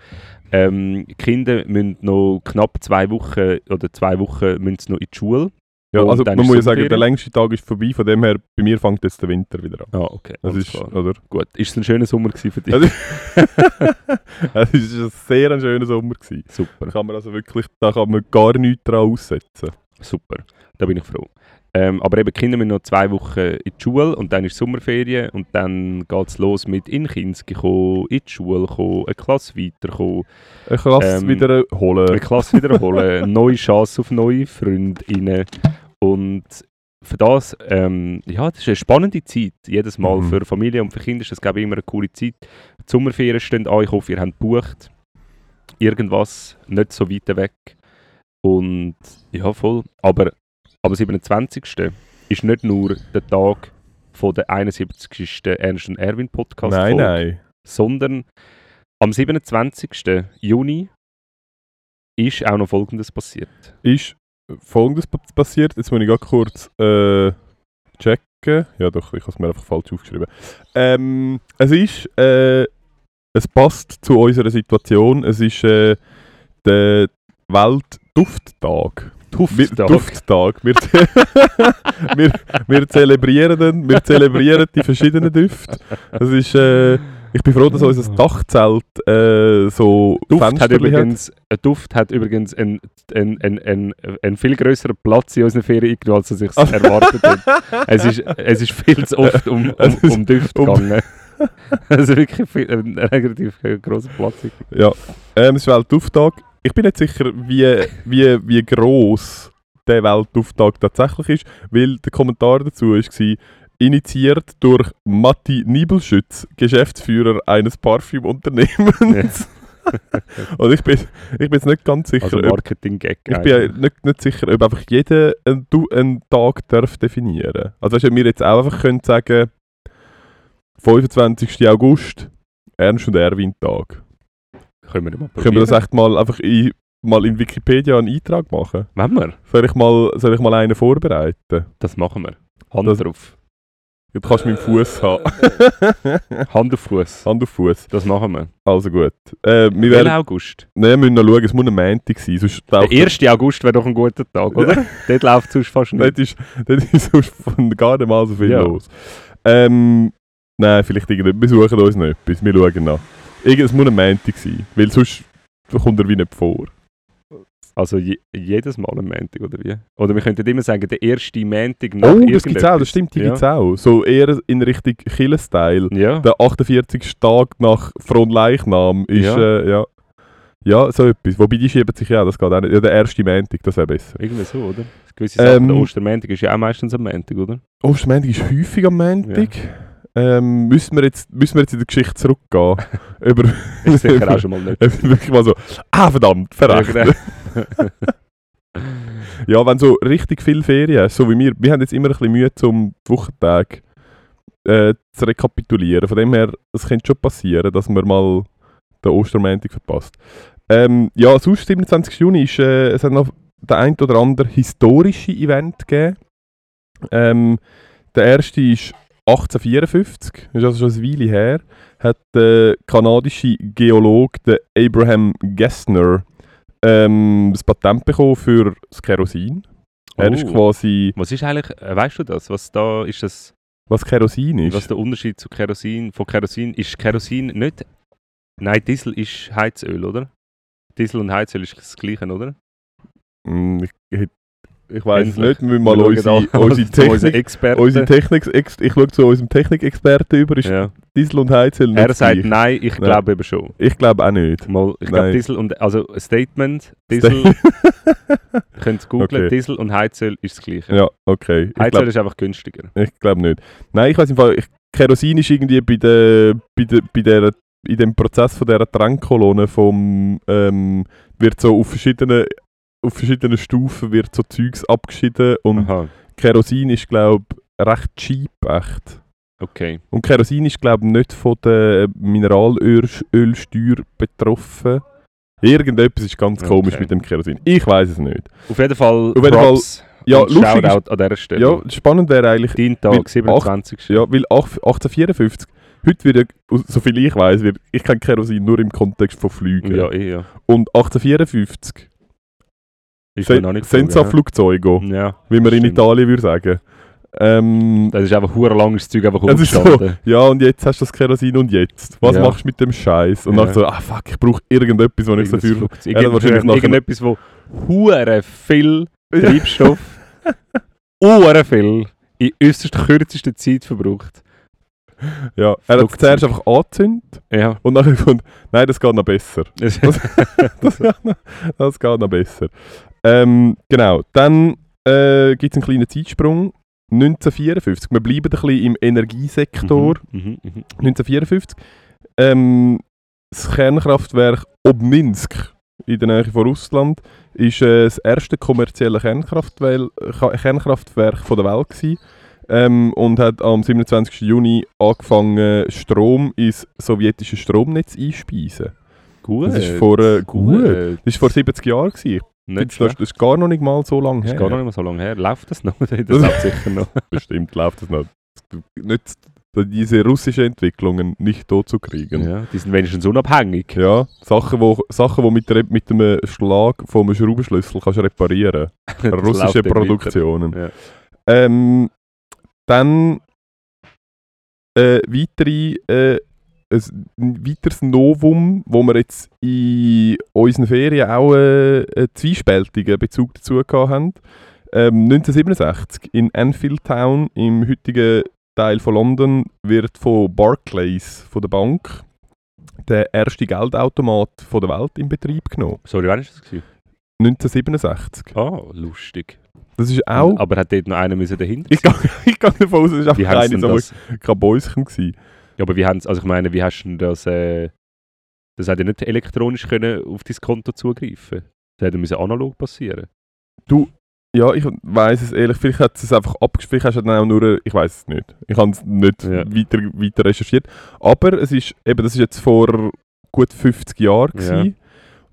Speaker 1: Ähm, die Kinder müssen noch knapp zwei Wochen oder zwei Wochen müssen sie noch in die Schule.
Speaker 2: Ja,
Speaker 1: Und
Speaker 2: also
Speaker 1: dann
Speaker 2: man
Speaker 1: ist
Speaker 2: muss ja sagen,
Speaker 1: Sommerferien.
Speaker 2: der längste Tag ist vorbei, von dem her, bei mir fängt jetzt der Winter wieder an.
Speaker 1: Ah, okay.
Speaker 2: Das
Speaker 1: alles
Speaker 2: ist,
Speaker 1: klar.
Speaker 2: oder?
Speaker 1: gut. Ist es ein schöner Sommer gewesen für dich?
Speaker 2: Also- Es ist ein sehr ein schöner Sommer gewesen. Da
Speaker 1: Super,
Speaker 2: kann man also wirklich, da kann man gar nichts dran aussetzen.
Speaker 1: super. Da bin ich froh. Ähm, aber eben, die Kinder müssen noch zwei Wochen in die Schule und dann ist Sommerferien und dann geht es los mit in Kinski kommen, in die Schule kommen, eine Klasse weiterkommen,
Speaker 2: Eine Klasse
Speaker 1: Ähm,
Speaker 2: wieder holen.
Speaker 1: eine Klasse wiederholen, neue Chance auf neue Freundinnen. Und für das, ähm, ja, das ist eine spannende Zeit. Jedes Mal
Speaker 2: Mhm.
Speaker 1: für Familie und für Kinder ist das, glaube ich, immer eine coole Zeit. Die Sommerferien stehen an, ich hoffe, ihr habt gebucht. Irgendwas, nicht so weit weg. Und ja, voll. Aber am 27. ist nicht nur der Tag von der 71. Ernst und Erwin Podcast,
Speaker 2: Nein,
Speaker 1: Folge,
Speaker 2: nein.
Speaker 1: sondern am 27. Juni ist auch noch Folgendes passiert.
Speaker 2: Ist äh, folgendes pa- passiert, jetzt muss ich ganz kurz äh, checken. Ja doch, ich habe es mir einfach falsch aufgeschrieben. Ähm, es ist, äh, es passt zu unserer Situation, es ist äh, der Weltdufttag. Wir-
Speaker 1: Dufttag.
Speaker 2: Dufttag. Wir, wir, wir zelebrieren den, wir zelebrieren die verschiedenen Düfte. Das ist, äh, ich bin froh, dass unser Dachzelt äh, so
Speaker 1: Duft hat,
Speaker 2: Fensterli
Speaker 1: übrigens, äh, Duft hat übrigens einen ein, ein, ein, einen viel größeren Platz in unseren Ferien eingenommen, als er sich
Speaker 2: Also-
Speaker 1: erwartet hat. Es ist, es ist viel zu oft um, um,
Speaker 2: Es ist-
Speaker 1: um Duft
Speaker 2: um-
Speaker 1: gegangen. Es ist wirklich viel, ein relativ grosser Platz.
Speaker 2: Ja, ähm, es ist Weltdufttag. Ich bin nicht sicher, wie, wie, wie gross der Weltdufttag tatsächlich ist, weil der Kommentar dazu war, initiiert durch Matti Nibelschütz, Geschäftsführer eines Parfümunternehmens. Und ich bin, ich bin jetzt nicht ganz sicher,
Speaker 1: Also
Speaker 2: ob,
Speaker 1: Marketing-Gag.
Speaker 2: ich bin ja
Speaker 1: eigentlich.
Speaker 2: nicht, nicht sicher, ob einfach jeder einen, Du- einen Tag darf definieren Also weißt du, ob wir jetzt auch einfach können sagen 25. August, Ernst und Erwin Tag.
Speaker 1: Können wir mal
Speaker 2: Können wir das
Speaker 1: probieren?
Speaker 2: echt mal einfach in, mal in Wikipedia einen Eintrag machen?
Speaker 1: Wenn wir,
Speaker 2: Soll ich mal, soll ich mal einen vorbereiten?
Speaker 1: das machen wir. Hand
Speaker 2: Das-
Speaker 1: drauf.
Speaker 2: Du kannst meinen
Speaker 1: Äh.
Speaker 2: Fuß haben.
Speaker 1: Hand auf Fuß.
Speaker 2: Hand auf Fuß.
Speaker 1: Das machen wir.
Speaker 2: Also gut. Äh, wir
Speaker 1: Im
Speaker 2: werden,
Speaker 1: August.
Speaker 2: nein, wir müssen noch schauen, es muss ein Montag sein. Sonst
Speaker 1: Der 1. August wäre doch ein guter Tag, oder? Dort läuft es sonst fast
Speaker 2: Dort ist,
Speaker 1: nicht.
Speaker 2: dort ist sonst von gar nicht mal so viel
Speaker 1: Ja.
Speaker 2: los. Ähm, nein, vielleicht irgendetwas. Wir suchen uns noch etwas. Wir schauen nach. Irgend- Es muss ein Montag sein, weil sonst kommt er wie nicht vor.
Speaker 1: Also je, jedes Mal am Montag, oder wie? Oder wir könnten immer sagen, der erste Montag nach
Speaker 2: Oh, das gibt's auch, das
Speaker 1: irgendetwas.
Speaker 2: stimmt, die
Speaker 1: ja.
Speaker 2: gibt's auch. So eher in Richtung Killen-Style.
Speaker 1: Ja,
Speaker 2: Der 48. Tag nach Fronleichnam ist,
Speaker 1: Ja.
Speaker 2: ja. Äh, ja. Ja, so etwas. Wobei die schieben sich ja, auch, das geht auch nicht. Ja, der erste Montag, das wäre besser.
Speaker 1: irgendwie so, oder? Gewisse Sachen,
Speaker 2: Ähm,
Speaker 1: der Ostermontag ist ja auch meistens am Oh, Montag, oder?
Speaker 2: Ostermontag ist häufig am Montag. Ähm, müssen, wir jetzt, müssen wir jetzt in der Geschichte zurückgehen? über,
Speaker 1: Ist sicher auch schon mal nicht.
Speaker 2: Wirklich mal so, ah verdammt, verrecht.
Speaker 1: Ja, genau.
Speaker 2: Ja, wenn so richtig viel Ferien hast, so wie wir, wir haben jetzt immer ein bisschen Mühe zum Wochentag äh, zu rekapitulieren. Von dem her, es könnte schon passieren, dass man mal den Ostermäntig verpasst. Ähm, ja, sonst 27. Juni ist, äh, es hat noch der ein oder andere historische Event gegeben. Ähm, der erste ist 1854, ist also schon eine Weile her, hat der kanadische Geologe der Abraham Gessner ähm, das Patent bekommen für das Kerosin. Er ist
Speaker 1: Oh.
Speaker 2: quasi,
Speaker 1: Was ist eigentlich, äh, weißt du das? Was da ist das,
Speaker 2: was Kerosin ist.
Speaker 1: was der Unterschied zu Kerosin, von Kerosin, ist Kerosin nicht, nein, Diesel ist Heizöl, oder? Diesel und Heizöl ist das gleiche, oder?
Speaker 2: Mm, Ich, ich weiß es
Speaker 1: Endlich.
Speaker 2: nicht, wir müssen mal
Speaker 1: Wir
Speaker 2: unsere,
Speaker 1: schauen da-
Speaker 2: unsere
Speaker 1: zu unseren
Speaker 2: Technik...
Speaker 1: genau. Experten.
Speaker 2: Unsere Technik ich schaue zu unserem Technikexperten über, ist
Speaker 1: ja.
Speaker 2: Diesel und Heizöl nicht
Speaker 1: Er sagt
Speaker 2: gleich.
Speaker 1: nein, ich
Speaker 2: Nein.
Speaker 1: glaube eben schon.
Speaker 2: Ich glaube auch nicht.
Speaker 1: Mal, ich
Speaker 2: Nein.
Speaker 1: glaube Diesel und, also Statement, Diesel, könnt es googlen,
Speaker 2: Okay.
Speaker 1: Diesel und Heizöl ist das gleiche.
Speaker 2: ja, okay. Ich
Speaker 1: Heizöl
Speaker 2: glaube
Speaker 1: ist einfach günstiger.
Speaker 2: ich glaub nicht. Nein, ich weiß im Fall, ich, Kerosin ist irgendwie bei der, bei der, bei der, in dem Prozess von dieser Trennkolonne vom, ähm, wird so auf verschiedenen, auf verschiedenen Stufen wird so Zeugs abgeschieden und
Speaker 1: Aha,
Speaker 2: Kerosin ist glaube recht cheap echt.
Speaker 1: okay.
Speaker 2: Und Kerosin ist, glaube ich, nicht von der Mineralölsteuer betroffen. Irgendetwas ist ganz
Speaker 1: Okay.
Speaker 2: komisch mit dem Kerosin. Ich weiß es nicht.
Speaker 1: Auf jeden Fall
Speaker 2: jeden
Speaker 1: Props
Speaker 2: Ja,
Speaker 1: und
Speaker 2: lustig ist,
Speaker 1: Shoutout an dieser Stelle.
Speaker 2: ja, spannend wäre eigentlich,
Speaker 1: Dein
Speaker 2: Weil-
Speaker 1: Tag, 27.
Speaker 2: ja, weil ach- 1854, heute wird, ja- so viel ich weiß, wird, ich kenne Kerosin nur im Kontext von Flügen.
Speaker 1: ja, eh, ja.
Speaker 2: Und 1854,
Speaker 1: Ist mir noch nicht gefallen,
Speaker 2: Senza-Flugzeuge,
Speaker 1: ja. ja,
Speaker 2: wie man in
Speaker 1: stimmt.
Speaker 2: Italien würde sagen. Ähm,
Speaker 1: das ist einfach hure langes Zeug einfach
Speaker 2: Das ist so.
Speaker 1: aufgestanden.
Speaker 2: ja, und jetzt hast du das Kerosin und jetzt. Was
Speaker 1: Ja.
Speaker 2: machst du mit dem Scheiß? Und
Speaker 1: Ja.
Speaker 2: dann so, ah fuck, ich brauche irgendetwas, was ich
Speaker 1: Irgendwas
Speaker 2: dafür
Speaker 1: Flugzeug.
Speaker 2: Er hat wahrscheinlich
Speaker 1: Irgend-
Speaker 2: nachher-
Speaker 1: Irgendetwas, wo hure viel
Speaker 2: Ja.
Speaker 1: Treibstoff, hure viel, in äußerst kürzester Zeit verbraucht.
Speaker 2: Ja, er hat es
Speaker 1: Flugzeug.
Speaker 2: zuerst einfach angezündet
Speaker 1: Ja. Mhm,
Speaker 2: und dann kommt, nein, das geht noch besser.
Speaker 1: Das-
Speaker 2: Das, geht noch- das geht noch besser. Ähm, genau, dann äh, gibt es einen kleinen Zeitsprung. 1954, wir bleiben ein bisschen im Energiesektor.
Speaker 1: Mhm, mhm, mhm.
Speaker 2: 1954, ähm, das Kernkraftwerk Obninsk in der Nähe von Russland ist äh, das erste kommerzielle Kernkraftwerk, Kernkraftwerk von der Welt gewesen, ähm, und hat am 27. Juni angefangen Strom ins sowjetische Stromnetz einspeisen.
Speaker 1: Gut.
Speaker 2: Das ist vor, äh, gut. Das war vor 70 Jahren. gewesen. Ich
Speaker 1: Nicht
Speaker 2: finde, Das
Speaker 1: schlecht.
Speaker 2: das ist gar noch nicht mal so lange
Speaker 1: Das
Speaker 2: her.
Speaker 1: ist gar noch nicht mal so lange her. Läuft das noch? Das läuft sicher noch.
Speaker 2: Bestimmt läuft das noch. Nicht, diese russischen Entwicklungen nicht tot zu kriegen.
Speaker 1: Ja, die sind wenigstens unabhängig.
Speaker 2: Ja, Sachen, wo, Sachen, wo mit, der- mit einem Schlag von einem Schraubenschlüssel kannst reparieren.
Speaker 1: Das läuft
Speaker 2: Russische
Speaker 1: dann weiter.
Speaker 2: Produktionen.
Speaker 1: Ja.
Speaker 2: Ähm, dann äh, weitere, äh, ein ein weiteres Novum, wo wir jetzt in unseren Ferien auch äh, einen zwiespältigen Bezug dazu gehabt haben. Ähm, 1967 in Anfield Town im heutigen Teil von London wird von Barclays, von der Bank, der erste Geldautomat von der Welt in Betrieb genommen.
Speaker 1: Sorry, wann war das? gewesen?
Speaker 2: 1967.
Speaker 1: Ah, lustig.
Speaker 2: Das ist auch...
Speaker 1: Aber hat dort noch einer müssen dahinter
Speaker 2: Ich gehe ich gehe davon aus, es ist
Speaker 1: Wie
Speaker 2: einfach
Speaker 1: haben denn
Speaker 2: keine, aber
Speaker 1: das?
Speaker 2: kein Bäuschen gewesen.
Speaker 1: Ja, aber wie haben also ich meine, wie hast du denn das, äh, das hat ja nicht elektronisch können auf dein Konto zugreifen. Das hätte müssen analog passieren.
Speaker 2: Ja, ich weiß es ehrlich, vielleicht hat es einfach abgespielt, hast du dann auch nur, ich weiß es nicht. Ich habe es nicht
Speaker 1: Ja.
Speaker 2: weiter, weiter recherchiert. Aber es ist, eben, das ist jetzt vor gut 50 Jahren gewesen.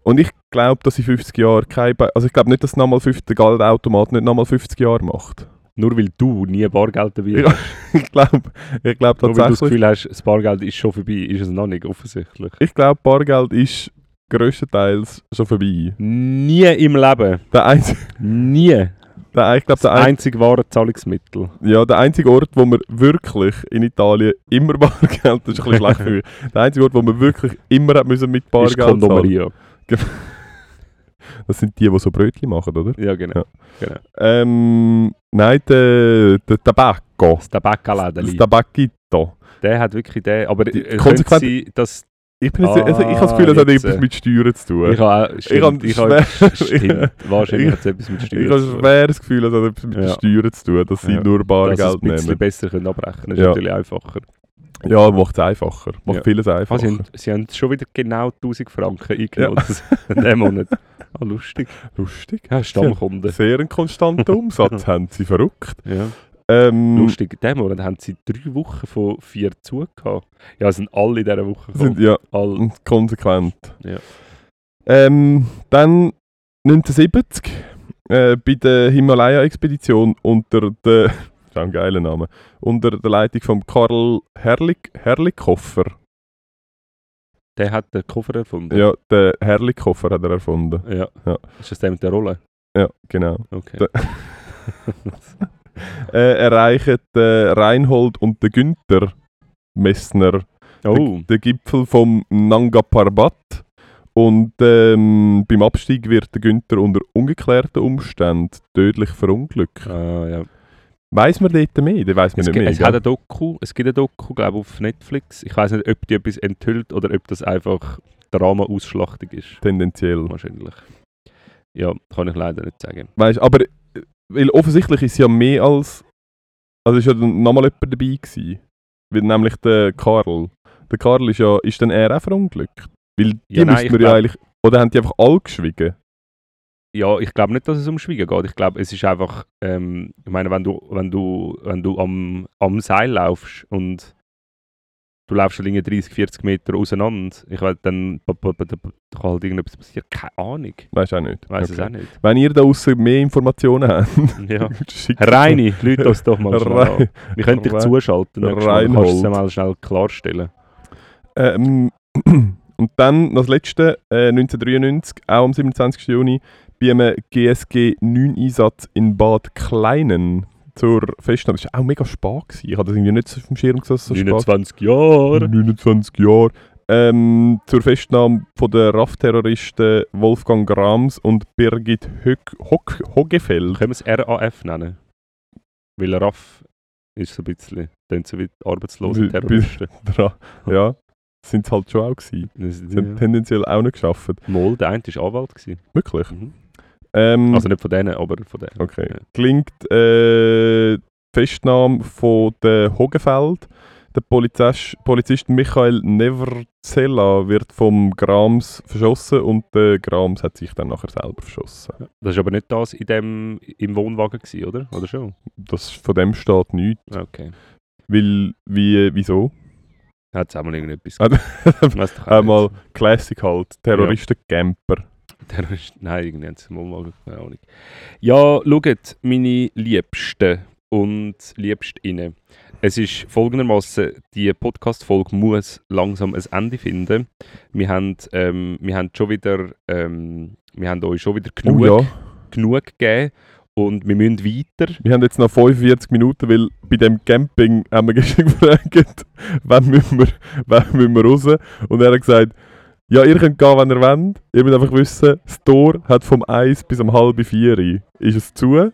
Speaker 2: Und ich glaube, dass in 50 Jahren kein, Ba- also ich glaube nicht, dass nochmal 50 der Geldautomat nicht nochmal 50 Jahre macht.
Speaker 1: Nur weil du nie Bargeld dabei
Speaker 2: Ja,
Speaker 1: hast.
Speaker 2: Ich glaube, ich glaube
Speaker 1: Nur weil du
Speaker 2: tatsächlich,
Speaker 1: das Gefühl hast, das Bargeld ist schon vorbei, ist es noch nicht, offensichtlich.
Speaker 2: ich glaube, Bargeld ist größtenteils schon vorbei.
Speaker 1: Nie im Leben.
Speaker 2: Der einzige,
Speaker 1: Nie.
Speaker 2: der, ich glaube,
Speaker 1: Das
Speaker 2: der ein,
Speaker 1: einzige wahre Zahlungsmittel.
Speaker 2: Ja, der einzige Ort, wo man wirklich in Italien immer Bargeld, das ist ein bisschen schlecht für mich, der einzige Ort, wo man wirklich immer hat müssen mit
Speaker 1: Ist
Speaker 2: Bargeld zahlen.
Speaker 1: Kondomeria.
Speaker 2: Das sind die, die so Brötchen machen, oder?
Speaker 1: Ja, genau.
Speaker 2: Ja. Ähm, nein, der, der Tabacco.
Speaker 1: Das
Speaker 2: Das
Speaker 1: Tabakaladeli.
Speaker 2: Tabacchito.
Speaker 1: Der hat wirklich den. Aber
Speaker 2: Die-
Speaker 1: äh,
Speaker 2: konsequent-
Speaker 1: könnte sein, dass
Speaker 2: Ich, bin jetzt, also, ich habe das Gefühl, das
Speaker 1: Ah,
Speaker 2: hat
Speaker 1: jetzt,
Speaker 2: irgendwas
Speaker 1: äh,
Speaker 2: mit Steuern zu tun.
Speaker 1: ich habe stimmt, ich
Speaker 2: schwer-
Speaker 1: habe stimmt, wahrscheinlich
Speaker 2: ich-
Speaker 1: hat es etwas mit
Speaker 2: Ich habe ein
Speaker 1: Steuern.
Speaker 2: schweres Gefühl, das hat etwas mit den
Speaker 1: Ja.
Speaker 2: Steuern zu tun, dass sie nur
Speaker 1: Ja. Dass sie es ein
Speaker 2: Bargeld
Speaker 1: bisschen
Speaker 2: nehmen.
Speaker 1: besser können abrechnen, ist
Speaker 2: Ja.
Speaker 1: natürlich einfacher.
Speaker 2: Ja, macht es einfacher. Macht
Speaker 1: Ja.
Speaker 2: vieles
Speaker 1: Ah, sie,
Speaker 2: einfacher.
Speaker 1: haben, sie haben schon wieder genau 1000 Franken eingenommen ja. diesen Monat. Ah, lustig.
Speaker 2: Lustig.
Speaker 1: Ja, Stammkunden.
Speaker 2: Sehr einen konstanten Umsatz haben sie, verrückt.
Speaker 1: Ja.
Speaker 2: Ähm,
Speaker 1: Lustig, in diesem Monat haben sie drei Wochen von vier zu gehabt. Ja, es sind alle in dieser Woche gekommen.
Speaker 2: Sind, ja,
Speaker 1: Alle.
Speaker 2: und konsequent.
Speaker 1: Oh. Ja.
Speaker 2: Ähm, dann 1970 äh, bei der Himalaya-Expedition unter der das ist auch ein geiler Name. Unter der Leitung von Karl Herlik, Herlikhofer.
Speaker 1: Der hat den Koffer erfunden.
Speaker 2: Ja, der Herlikhofer hat er erfunden.
Speaker 1: Ja.
Speaker 2: Ja.
Speaker 1: Ist das der mit der Rolle?
Speaker 2: Ja, genau.
Speaker 1: Okay.
Speaker 2: Der- Äh, erreichen der Reinhold und der Günther Messner
Speaker 1: oh,
Speaker 2: den Gipfel vom Nanga Parbat. Und ähm, beim Abstieg wird der Günther unter ungeklärten Umständen tödlich verunglückt.
Speaker 1: ah, ja.
Speaker 2: Weiss man dort mehr? Dann weiss man
Speaker 1: Es,
Speaker 2: nicht
Speaker 1: gibt,
Speaker 2: mehr.
Speaker 1: es, hat
Speaker 2: gell?
Speaker 1: ein Doku, es gibt ein Doku, glaube ich, auf Netflix. Ich weiß nicht, ob die etwas enthüllt oder ob das einfach Drama-Ausschlachtung ist.
Speaker 2: Tendenziell.
Speaker 1: Wahrscheinlich. Ja, kann ich leider nicht sagen.
Speaker 2: Weißt, aber äh, weil offensichtlich ist ja mehr als. Also ist ja dann nochmal jemand dabei gewesen. Weil nämlich der Karl. Der Karl ist ja. Ist dann er auch verunglückt? Weil die
Speaker 1: Ja, nein,
Speaker 2: müssten
Speaker 1: ich
Speaker 2: wir ja
Speaker 1: glaub-
Speaker 2: eigentlich. Oder haben die einfach alle geschwiegen?
Speaker 1: Ja, ich glaube nicht, dass es um Schweigen geht. Ich glaube, es ist einfach, ähm, ich meine, wenn du, wenn du, wenn du am, am Seil laufst und du laufst schon irgendwie 30, 40 Meter auseinander, ich weiß dann b- b- b- b- kann halt irgendetwas passieren. Keine Ahnung.
Speaker 2: Weißt du auch nicht.
Speaker 1: Ich weiß es
Speaker 2: Okay.
Speaker 1: auch nicht.
Speaker 2: Wenn ihr da außen mehr Informationen habt,
Speaker 1: Ja.
Speaker 2: schickt
Speaker 1: Herr Reini, Leute uns doch mal schnell an.
Speaker 2: Rein,
Speaker 1: Wir können dich
Speaker 2: Rein-
Speaker 1: zuschalten. nächstes Mal. Du kannst es
Speaker 2: Reinhold.
Speaker 1: mal schnell klarstellen.
Speaker 2: ähm, und dann das letzte, äh, 1993, auch am 27. Juni, bei einem GSG 9-Einsatz in Bad Kleinen zur Festnahme. Das war auch mega spät. Gewesen. Ich hatte das irgendwie nicht so auf dem Schirm, gesehen, dass es so spät
Speaker 1: 29 Jahre.
Speaker 2: 29 Jahre. Ähm, zur Festnahme von den RAF-Terroristen Wolfgang Grams und Birgit Höck, Hock, Hoggefeld.
Speaker 1: Können wir es RAF nennen? Weil RAF ist so ein bisschen, klingt so wie die arbeitslose
Speaker 2: Wie- wie-
Speaker 1: Terroristen.
Speaker 2: Dra- Ja, sind es halt schon auch gewesen.
Speaker 1: Das ist-
Speaker 2: Sie haben
Speaker 1: ja.
Speaker 2: tendenziell auch nicht geschafft.
Speaker 1: Mol, der eine war Anwalt. Gewesen. Mhm.
Speaker 2: Wirklich. Ähm,
Speaker 1: Also nicht von denen, aber von denen.
Speaker 2: okay.
Speaker 1: ja.
Speaker 2: Klingt äh, die Festnahme von der Hogefeld. Der Polizist, Polizist Michael Neverzella wird vom Grams verschossen und der Grams hat sich dann nachher selber verschossen.
Speaker 1: Das war aber nicht das in dem, im Wohnwagen, gewesen, oder? Oder schon?
Speaker 2: Das, von dem steht nichts.
Speaker 1: Okay.
Speaker 2: Weil, wie, wieso?
Speaker 1: Hat es einmal irgendetwas
Speaker 2: Hat-
Speaker 1: gegeben. Weiss doch auch
Speaker 2: Einmal
Speaker 1: nicht.
Speaker 2: Classic halt, Terroristen-Camper.
Speaker 1: Terrorist. Nein, irgendwie haben sie einen Wohnwagen. Keine Ahnung. Ja, schaut, meine Liebsten und Liebstinnen. Es ist folgendermaßen, die Podcast-Folge muss langsam ein Ende finden. Wir haben, ähm, wir haben schon wieder, ähm, wir haben euch schon wieder genug,
Speaker 2: Oh ja,
Speaker 1: genug gegeben und wir müssen weiter.
Speaker 2: wir haben jetzt noch 45 Minuten, weil bei dem Camping haben wir gestern gefragt, wann müssen, wir, wann müssen wir raus? Und er hat gesagt, ja, ihr könnt gehen, wenn ihr wollt. Ihr müsst einfach wissen, das Tor hat vom 1 bis um halb 4 ist es zu,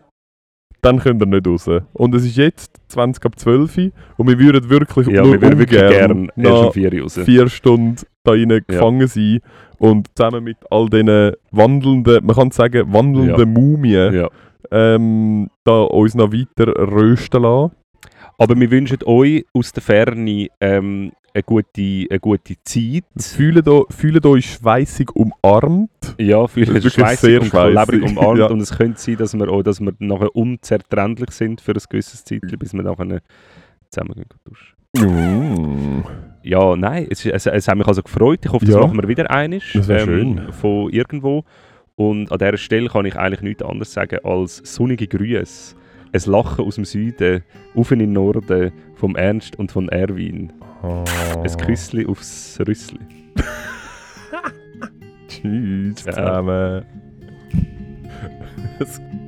Speaker 2: dann könnt ihr nicht raus. Und es ist jetzt 20 ab 12 Uhr und wir würden wirklich
Speaker 1: Ja,
Speaker 2: nur
Speaker 1: wir würden wirklich
Speaker 2: ungern
Speaker 1: gerne erst um
Speaker 2: nach
Speaker 1: vier Uhr raus.
Speaker 2: vier Stunden da rein gefangen sein und zusammen mit all diesen wandelnden, man kann sagen, wandelnden
Speaker 1: Ja.
Speaker 2: Mumien
Speaker 1: Ja.
Speaker 2: ähm, da uns noch weiter rösten lassen.
Speaker 1: Aber wir wünschen euch aus der Ferne ähm, eine, gute, eine gute Zeit.
Speaker 2: Fühlt euch- Fühlt euch schweißig umarmt.
Speaker 1: Ja, viel
Speaker 2: Das ist wirklich
Speaker 1: schweißig
Speaker 2: sehr
Speaker 1: und klebrig
Speaker 2: schweissig,
Speaker 1: umarmt.
Speaker 2: ja.
Speaker 1: Und es könnte sein, dass wir, auch, dass wir nachher unzertrennlich sind für ein gewisses Zeitchen, bis wir nachher zusammen gehen duschen.
Speaker 2: Mm.
Speaker 1: Ja, nein, es, es, es hat mich also gefreut. Ich hoffe, das
Speaker 2: Ja.
Speaker 1: machen wir wieder einisch.
Speaker 2: Das wär schön.
Speaker 1: Von irgendwo. Und an dieser Stelle kann ich eigentlich nichts anderes sagen als sonnige Grüße. Ein Lachen aus dem Süden, auf in den Norden, vom Ernst und von Erwin.
Speaker 2: Oh. Ah.
Speaker 1: Ein Küssli aufs Rüssli.
Speaker 2: Tschüss
Speaker 1: Ja.
Speaker 2: zusammen.